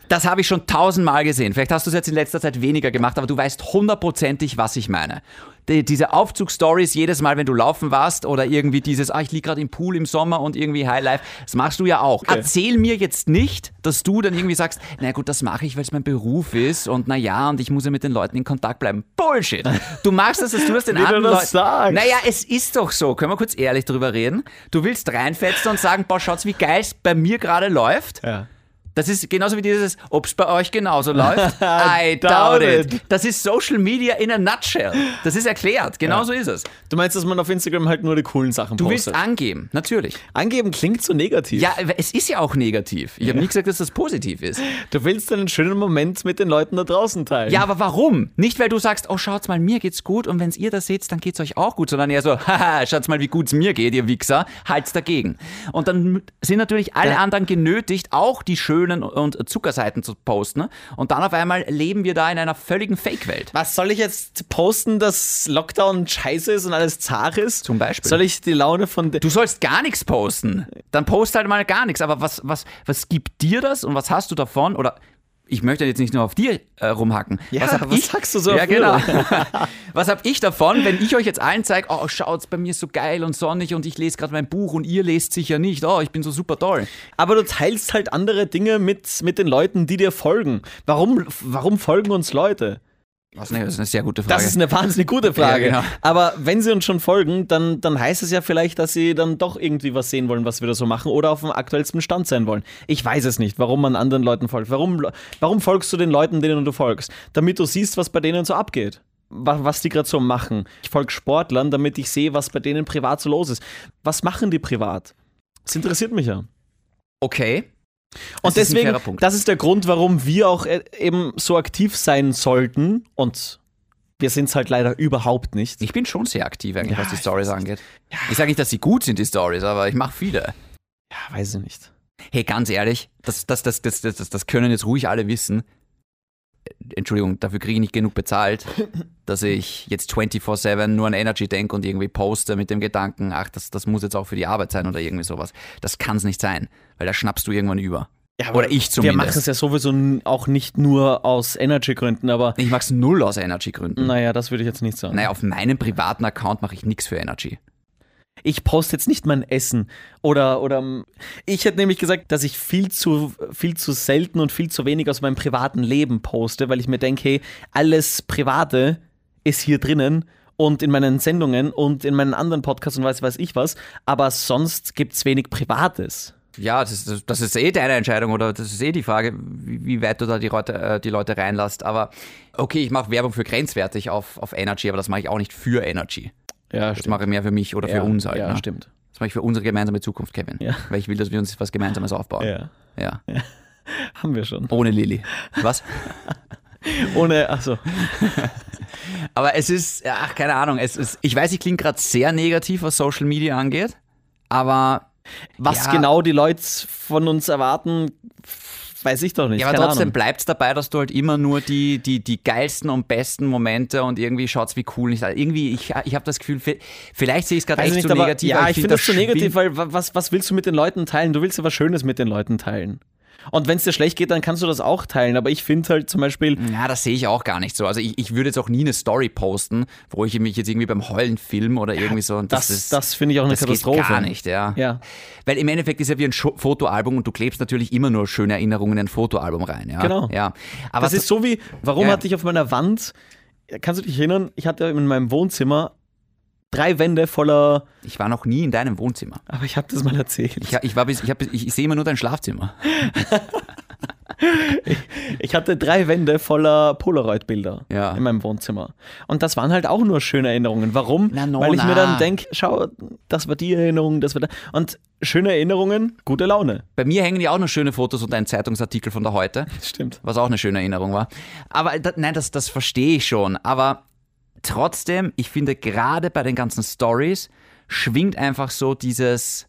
S2: Das habe ich schon tausendmal gesehen. Vielleicht hast du es jetzt in letzter Zeit weniger gemacht, aber du weißt hundertprozentig, was ich meine. Die, diese Aufzug-Stories jedes Mal, wenn du laufen warst oder irgendwie dieses, ah, ich lieg gerade im Pool im Sommer und irgendwie Highlife, das machst du ja auch. Erzähl mir jetzt nicht, dass du dann irgendwie sagst, na gut, das mache ich, weil es mein Beruf ist und na ja, und ich muss ja mit den Leuten in Kontakt bleiben. Bullshit. Du machst das, dass du das den
S1: Wie du
S2: anderen
S1: das
S2: Leuten...
S1: sagst.
S2: Naja, es ist doch so. Können wir kurz ehrlich drüber reden? Du willst reinfetzen und sagen, boah, schaut's, wie geil es bei mir gerade läuft.
S1: Ja.
S2: Das ist genauso wie dieses, ob es bei euch genauso läuft. I doubt
S1: Doubt
S2: it.
S1: it.
S2: Das ist Social Media in a nutshell. Das ist erklärt. Genauso ist es.
S1: Du meinst, dass man auf Instagram halt nur die coolen Sachen
S2: Du willst
S1: postet?
S2: angeben, natürlich.
S1: Angeben klingt so negativ.
S2: Ja, aber es ist ja auch negativ. Ich habe nie gesagt, dass das positiv ist.
S1: Du willst einen schönen Moment mit den Leuten da draußen teilen.
S2: Ja, aber warum? Nicht, weil du sagst, oh, schaut's mal, mir geht's gut und wenn's ihr das seht, dann geht's euch auch gut, sondern eher so, haha, schaut's mal, wie gut's mir geht, ihr Wichser, halt's dagegen. Und dann sind natürlich alle anderen genötigt, auch die schönen und Zuckerseiten zu posten. ne? Und dann auf einmal leben wir da in einer völligen Fake-Welt.
S1: Was soll ich jetzt posten, dass Lockdown scheiße ist und alles zar ist?
S2: Zum Beispiel.
S1: Soll ich die Laune von. De
S2: Du sollst gar nichts posten. Dann post halt mal gar nichts. Aber was, was, was gibt dir das und was hast du davon? Oder ich möchte jetzt nicht nur auf dir äh, rumhacken.
S1: Ja,
S2: hab
S1: was sagst du so
S2: Ja,
S1: auf mir?
S2: genau. was habe ich davon, wenn ich euch jetzt allen zeige, oh, schaut's, bei mir ist so geil und sonnig und ich lese gerade mein Buch und ihr lest sicher nicht. Oh, ich bin so super toll.
S1: Aber du teilst halt andere Dinge mit, mit den Leuten, die dir folgen. Warum, warum folgen uns Leute?
S2: Was, ne, das ist eine sehr gute Frage.
S1: Das ist eine wahnsinnig gute Frage.
S2: Ja, genau.
S1: Aber wenn sie uns schon folgen, dann, dann heißt es ja vielleicht, dass sie dann doch irgendwie was sehen wollen, was wir da so machen oder auf dem aktuellsten Stand sein wollen. Ich weiß es nicht, warum man anderen Leuten folgt. Warum, warum folgst du den Leuten, denen du folgst? Damit du siehst, was bei denen so abgeht. Wa- Was die gerade so machen. Ich folge Sportlern, damit ich sehe, was bei denen privat so los ist. Was machen die privat? Das interessiert mich ja.
S2: okay.
S1: Und
S2: Das ist ein
S1: deswegen,
S2: fairer Punkt.
S1: das ist der Grund, warum wir auch äh, eben so aktiv sein sollten. Und wir sind es halt leider überhaupt nicht.
S2: Ich bin schon sehr aktiv eigentlich,
S1: Ja,
S2: was die
S1: ich
S2: Stories
S1: weiß
S2: angeht. Ich sage nicht, dass sie gut sind, die Stories, aber ich mache viele.
S1: Ja, weiß ich nicht.
S2: Hey, ganz ehrlich, das, das, das, das, das, das, das können jetzt ruhig alle wissen. Äh, Entschuldigung, dafür kriege ich nicht genug bezahlt, dass ich jetzt 24-7 nur an Energy denke und irgendwie poste mit dem Gedanken, ach, das, das muss jetzt auch für die Arbeit sein oder irgendwie sowas. Das kann es nicht sein, weil da schnappst du irgendwann über.
S1: aber
S2: oder ich
S1: Wir machen es
S2: zumindest.
S1: ja sowieso n- auch nicht nur aus Energy-Gründen, aber
S2: Ich mache es null aus Energy-Gründen.
S1: naja, das würde ich jetzt nicht sagen.
S2: Naja, auf meinem privaten Account mache ich nichts für Energy.
S1: Ich poste jetzt nicht mein Essen oder, oder ähm, ich hätte nämlich gesagt, dass ich viel zu, viel zu selten und viel zu wenig aus meinem privaten Leben poste, weil ich mir denke, hey, alles Private ist hier drinnen und in meinen Sendungen und in meinen anderen Podcasts und weiß, weiß ich was, aber sonst gibt es wenig Privates.
S2: Ja, das, das, das ist eh deine Entscheidung oder das ist eh die Frage, wie, wie weit du da die Leute, äh, die Leute reinlässt. Aber okay, ich mache Werbung für grenzwertig auf, auf Energy, aber das mache ich auch nicht für Energy.
S1: Ja,
S2: Das mache ich mehr für mich oder für
S1: Ja,
S2: uns halt.
S1: ja,
S2: ne?
S1: stimmt.
S2: Das mache ich für unsere gemeinsame Zukunft, Kevin.
S1: Ja.
S2: Weil ich will, dass wir uns was Gemeinsames aufbauen.
S1: Ja,
S2: Ja.
S1: haben wir schon.
S2: Ohne Lilly. Was?
S1: Ohne, also,
S2: Aber es ist, ach, keine Ahnung. Es ist, ich weiß, ich klinge gerade sehr negativ, was Social Media angeht, aber
S1: was
S2: Ja.
S1: genau die Leute von uns erwarten, weiß ich doch nicht.
S2: Ja, aber
S1: Keine
S2: trotzdem
S1: Ahnung.
S2: bleibt es dabei, dass du halt immer nur die, die, die geilsten und besten Momente und irgendwie schaut's wie cool nicht. aus. irgendwie, ich, ich habe das Gefühl, vi- vielleicht sehe ich es gerade
S1: Weiß
S2: echt
S1: ich
S2: zu negativ.
S1: Ja,
S2: aber
S1: ich finde das zu
S2: schwingt-
S1: negativ, weil wa- was, was willst du mit den Leuten teilen? Du willst ja was Schönes mit den Leuten teilen. Und wenn es dir schlecht geht, dann kannst du das auch teilen. Aber ich finde halt zum Beispiel,
S2: Ja, das sehe ich auch gar nicht so. Also ich, ich würde jetzt auch nie eine Story posten, wo ich mich jetzt irgendwie beim Heulen film oder irgendwie so. Und
S1: das,
S2: das
S1: das,
S2: ist,
S1: finde ich auch eine
S2: das geht
S1: Katastrophe.
S2: gar nicht, ja.
S1: Ja.
S2: Weil im Endeffekt ist ja wie ein Scho- Fotoalbum und du klebst natürlich immer nur schöne Erinnerungen in ein Fotoalbum rein. Ja?
S1: Genau.
S2: Ja. Aber
S1: Das ist so wie, warum
S2: Ja.
S1: hatte ich auf meiner Wand, kannst du dich erinnern, ich hatte in meinem Wohnzimmer drei Wände voller,
S2: ich war noch nie in deinem Wohnzimmer.
S1: aber ich habe das mal erzählt.
S2: Ich, ich, war bis, ich, hab, bis- ich sehe immer nur dein Schlafzimmer.
S1: Ich hatte drei Wände voller Polaroid-Bilder
S2: Ja.
S1: in meinem Wohnzimmer. Und das waren halt auch nur schöne Erinnerungen. Warum?
S2: Na, no,
S1: Weil ich
S2: na.
S1: mir dann denke, schau, das war die Erinnerung, das war da. Und schöne Erinnerungen, gute Laune.
S2: Bei mir hängen ja auch noch schöne Fotos und ein Zeitungsartikel von der Heute.
S1: Stimmt.
S2: was auch eine schöne Erinnerung war. Aber da, nein, das, das verstehe ich schon. Aber trotzdem, ich finde gerade bei den ganzen Stories schwingt einfach so dieses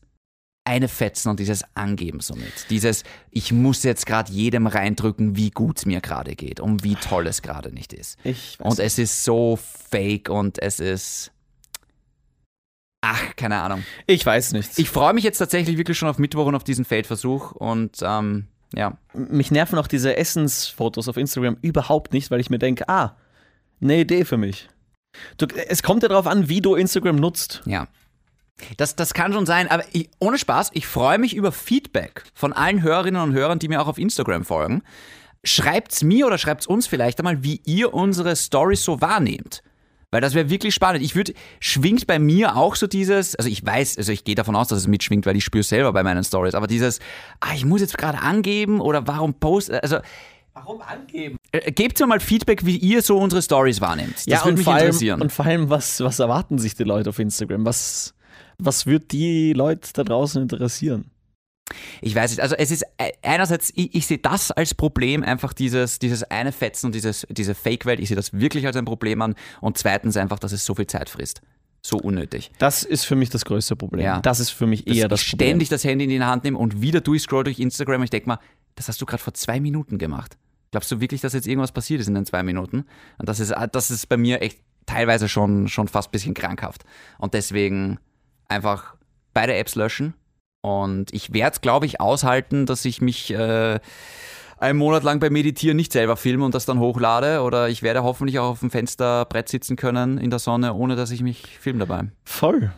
S2: eine Fetzen und dieses Angeben somit. Dieses, ich muss jetzt gerade jedem reindrücken, wie gut es mir gerade geht und wie toll es gerade nicht ist.
S1: Ich weiß.
S2: Und es ist so fake und es ist... Ach, keine Ahnung.
S1: ich weiß nichts.
S2: Ich freue mich jetzt tatsächlich wirklich schon auf Mittwoch und auf diesen Feldversuch und ähm, ja.
S1: mich nerven auch diese Essensfotos auf Instagram überhaupt nicht, weil ich mir denke, ah, eine Idee für mich. Du, es kommt ja darauf an, wie du Instagram nutzt.
S2: Ja. Das, das kann schon sein, aber ich, ohne Spaß, ich freue mich über Feedback von allen Hörerinnen und Hörern, die mir auch auf Instagram folgen. Schreibt's mir oder schreibt's uns vielleicht einmal, wie ihr unsere Stories so wahrnehmt. Weil das wäre wirklich spannend. Ich würde, schwingt bei mir auch so dieses, also ich weiß, also ich gehe davon aus, dass es mitschwingt, weil ich spüre selber bei meinen Stories, aber dieses, ah, ich muss jetzt gerade angeben oder warum post, also. Warum angeben? Gebt mir mal Feedback, wie ihr so unsere Stories wahrnehmt. Das würde
S1: und
S2: mich
S1: vor
S2: interessieren.
S1: Allem, und vor allem, was, was erwarten sich die Leute auf Instagram? Was, was wird die Leute da draußen interessieren?
S2: Ich weiß nicht, also es ist äh, einerseits, ich, ich sehe das als Problem, einfach dieses, dieses eine Fetzen und dieses, diese Fake-Welt, ich sehe das wirklich als ein Problem an und zweitens einfach, dass es so viel Zeit frisst. So unnötig.
S1: Das ist für mich das größte Problem.
S2: Ja.
S1: Das ist für mich
S2: Dass
S1: eher das
S2: ich
S1: Problem.
S2: ständig das Handy in die Hand nehme und wieder durchscroll durch Instagram und ich denke mal, das hast du gerade vor zwei Minuten gemacht. Glaubst du wirklich, dass jetzt irgendwas passiert ist in den zwei Minuten? Und das ist, ah, das ist bei mir echt teilweise schon, schon fast ein bisschen krankhaft. Und deswegen einfach beide Apps löschen. Und ich werde es, glaube ich, aushalten, dass ich mich äh, einen Monat lang beim Meditieren nicht selber filme und das dann hochlade. Oder ich werde hoffentlich auch auf dem Fensterbrett sitzen können in der Sonne, ohne dass ich mich filme dabei.
S1: Voll.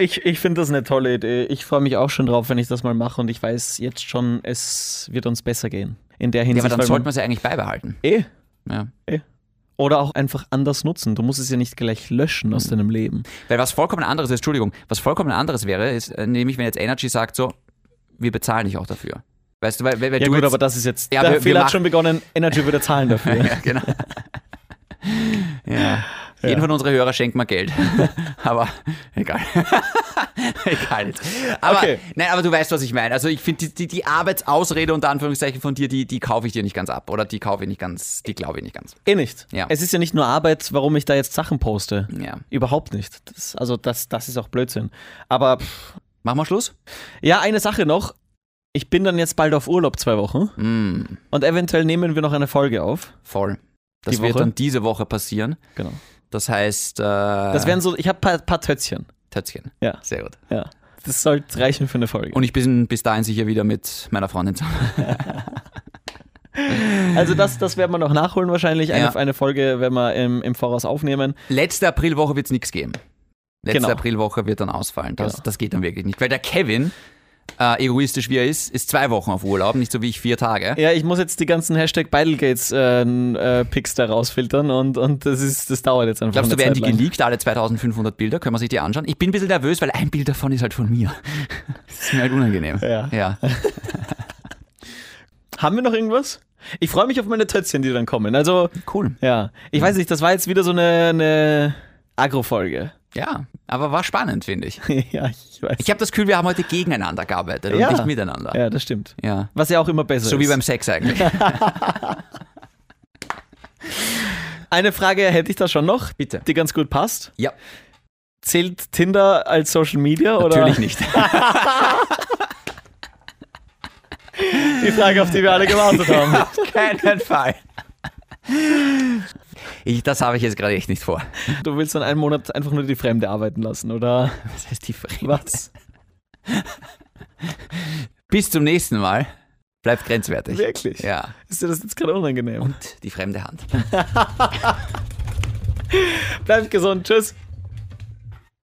S1: Ich, ich finde das eine tolle Idee. Ich freue mich auch schon drauf, wenn ich das mal mache und ich weiß jetzt schon, es wird uns besser gehen. In der
S2: Ja,
S1: Hinsicht.
S2: aber dann
S1: weil
S2: sollte man es ja eigentlich beibehalten.
S1: eh.
S2: Ja.
S1: Oder auch einfach anders nutzen. Du musst es ja nicht gleich löschen
S2: Hm.
S1: aus deinem Leben.
S2: Weil was vollkommen anderes ist, Entschuldigung, was vollkommen anderes wäre, ist äh, nämlich, wenn jetzt Energy sagt so, wir bezahlen dich auch dafür. Weißt du, weil, weil weil
S1: Ja,
S2: du
S1: gut,
S2: jetzt,
S1: aber das ist jetzt.
S2: Ja,
S1: der
S2: wir- wir
S1: Fehler hat
S2: machen-
S1: schon begonnen. Energy würde zahlen dafür.
S2: ja, genau. ja. Jeden von unseren Hörer schenkt mal Geld. aber egal. egal jetzt. Aber,
S1: Okay.
S2: nein, aber du weißt, was ich meine. Also ich finde, die, die, die Arbeitsausrede unter Anführungszeichen von dir, die, die kaufe ich dir nicht ganz ab. Oder die kaufe ich nicht ganz, die glaube ich nicht ganz.
S1: eh nicht.
S2: Ja.
S1: Es ist ja nicht nur Arbeit, warum ich da jetzt Sachen poste.
S2: Ja.
S1: Überhaupt nicht. Das, also, das, das ist auch Blödsinn. Aber pff.
S2: Machen wir Schluss?
S1: ja, eine Sache noch. Ich bin dann jetzt bald auf Urlaub zwei Wochen
S2: Mm,
S1: und eventuell nehmen wir noch eine Folge auf.
S2: voll. Das
S1: Die
S2: wird
S1: Woche?
S2: dann diese Woche passieren.
S1: Genau.
S2: Das heißt, äh,
S1: Das wären so, ich habe ein paar, paar Tötzchen.
S2: Tötzchen.
S1: Ja.
S2: Sehr gut.
S1: Ja. Das sollte reichen für eine Folge.
S2: Und ich bin bis dahin sicher wieder mit meiner Freundin zusammen.
S1: also das, das werden wir noch nachholen wahrscheinlich. Eine,
S2: Ja.
S1: eine Folge werden wir im, im Voraus aufnehmen.
S2: Letzte Aprilwoche wird es nichts geben. Letzte
S1: Genau.
S2: Aprilwoche wird dann ausfallen. Das,
S1: Genau.
S2: das geht dann wirklich nicht. Weil der Kevin, äh, egoistisch wie er ist, ist zwei Wochen auf Urlaub, nicht so wie ich vier Tage.
S1: Ja, ich muss jetzt die ganzen Hashtag Battlegates äh, äh, Picks da rausfiltern und, und das, ist, das dauert jetzt einfach
S2: Glaubst du,
S1: eine
S2: werden die
S1: Zeit lang.
S2: geleakt, alle 2500 Bilder? Können wir sich die anschauen? Ich bin ein bisschen nervös, weil ein Bild davon ist halt von mir. Das ist mir halt unangenehm.
S1: Ja.
S2: ja.
S1: Haben wir noch irgendwas? Ich freue mich auf meine Tötzchen, die dann kommen. Also,
S2: Cool.
S1: ja. Ich weiß nicht, das war jetzt wieder so eine, eine Agro-Folge.
S2: Ja, aber war spannend, finde ich.
S1: ja, ich weiß.
S2: Ich habe das Gefühl, wir haben heute gegeneinander gearbeitet
S1: Ja.
S2: und nicht miteinander.
S1: ja, das stimmt.
S2: ja.
S1: Was ja auch immer besser
S2: So
S1: ist.
S2: wie beim Sex eigentlich.
S1: eine Frage hätte ich da schon noch,
S2: Bitte.
S1: die ganz gut passt.
S2: Ja.
S1: Zählt Tinder als Social Media?
S2: Natürlich
S1: oder?
S2: nicht.
S1: Die Frage, auf die wir alle gewartet haben.
S2: Auf keinen Fall. Ich, das habe ich jetzt gerade echt nicht vor.
S1: Du willst dann einen Monat einfach nur die Fremde arbeiten lassen, oder
S2: Was heißt die Fremde?
S1: was?
S2: Bis zum nächsten Mal. Bleibt grenzwertig.
S1: Wirklich?
S2: Ja.
S1: Ist dir das jetzt gerade unangenehm?
S2: Und die fremde Hand.
S1: Bleibt gesund, tschüss.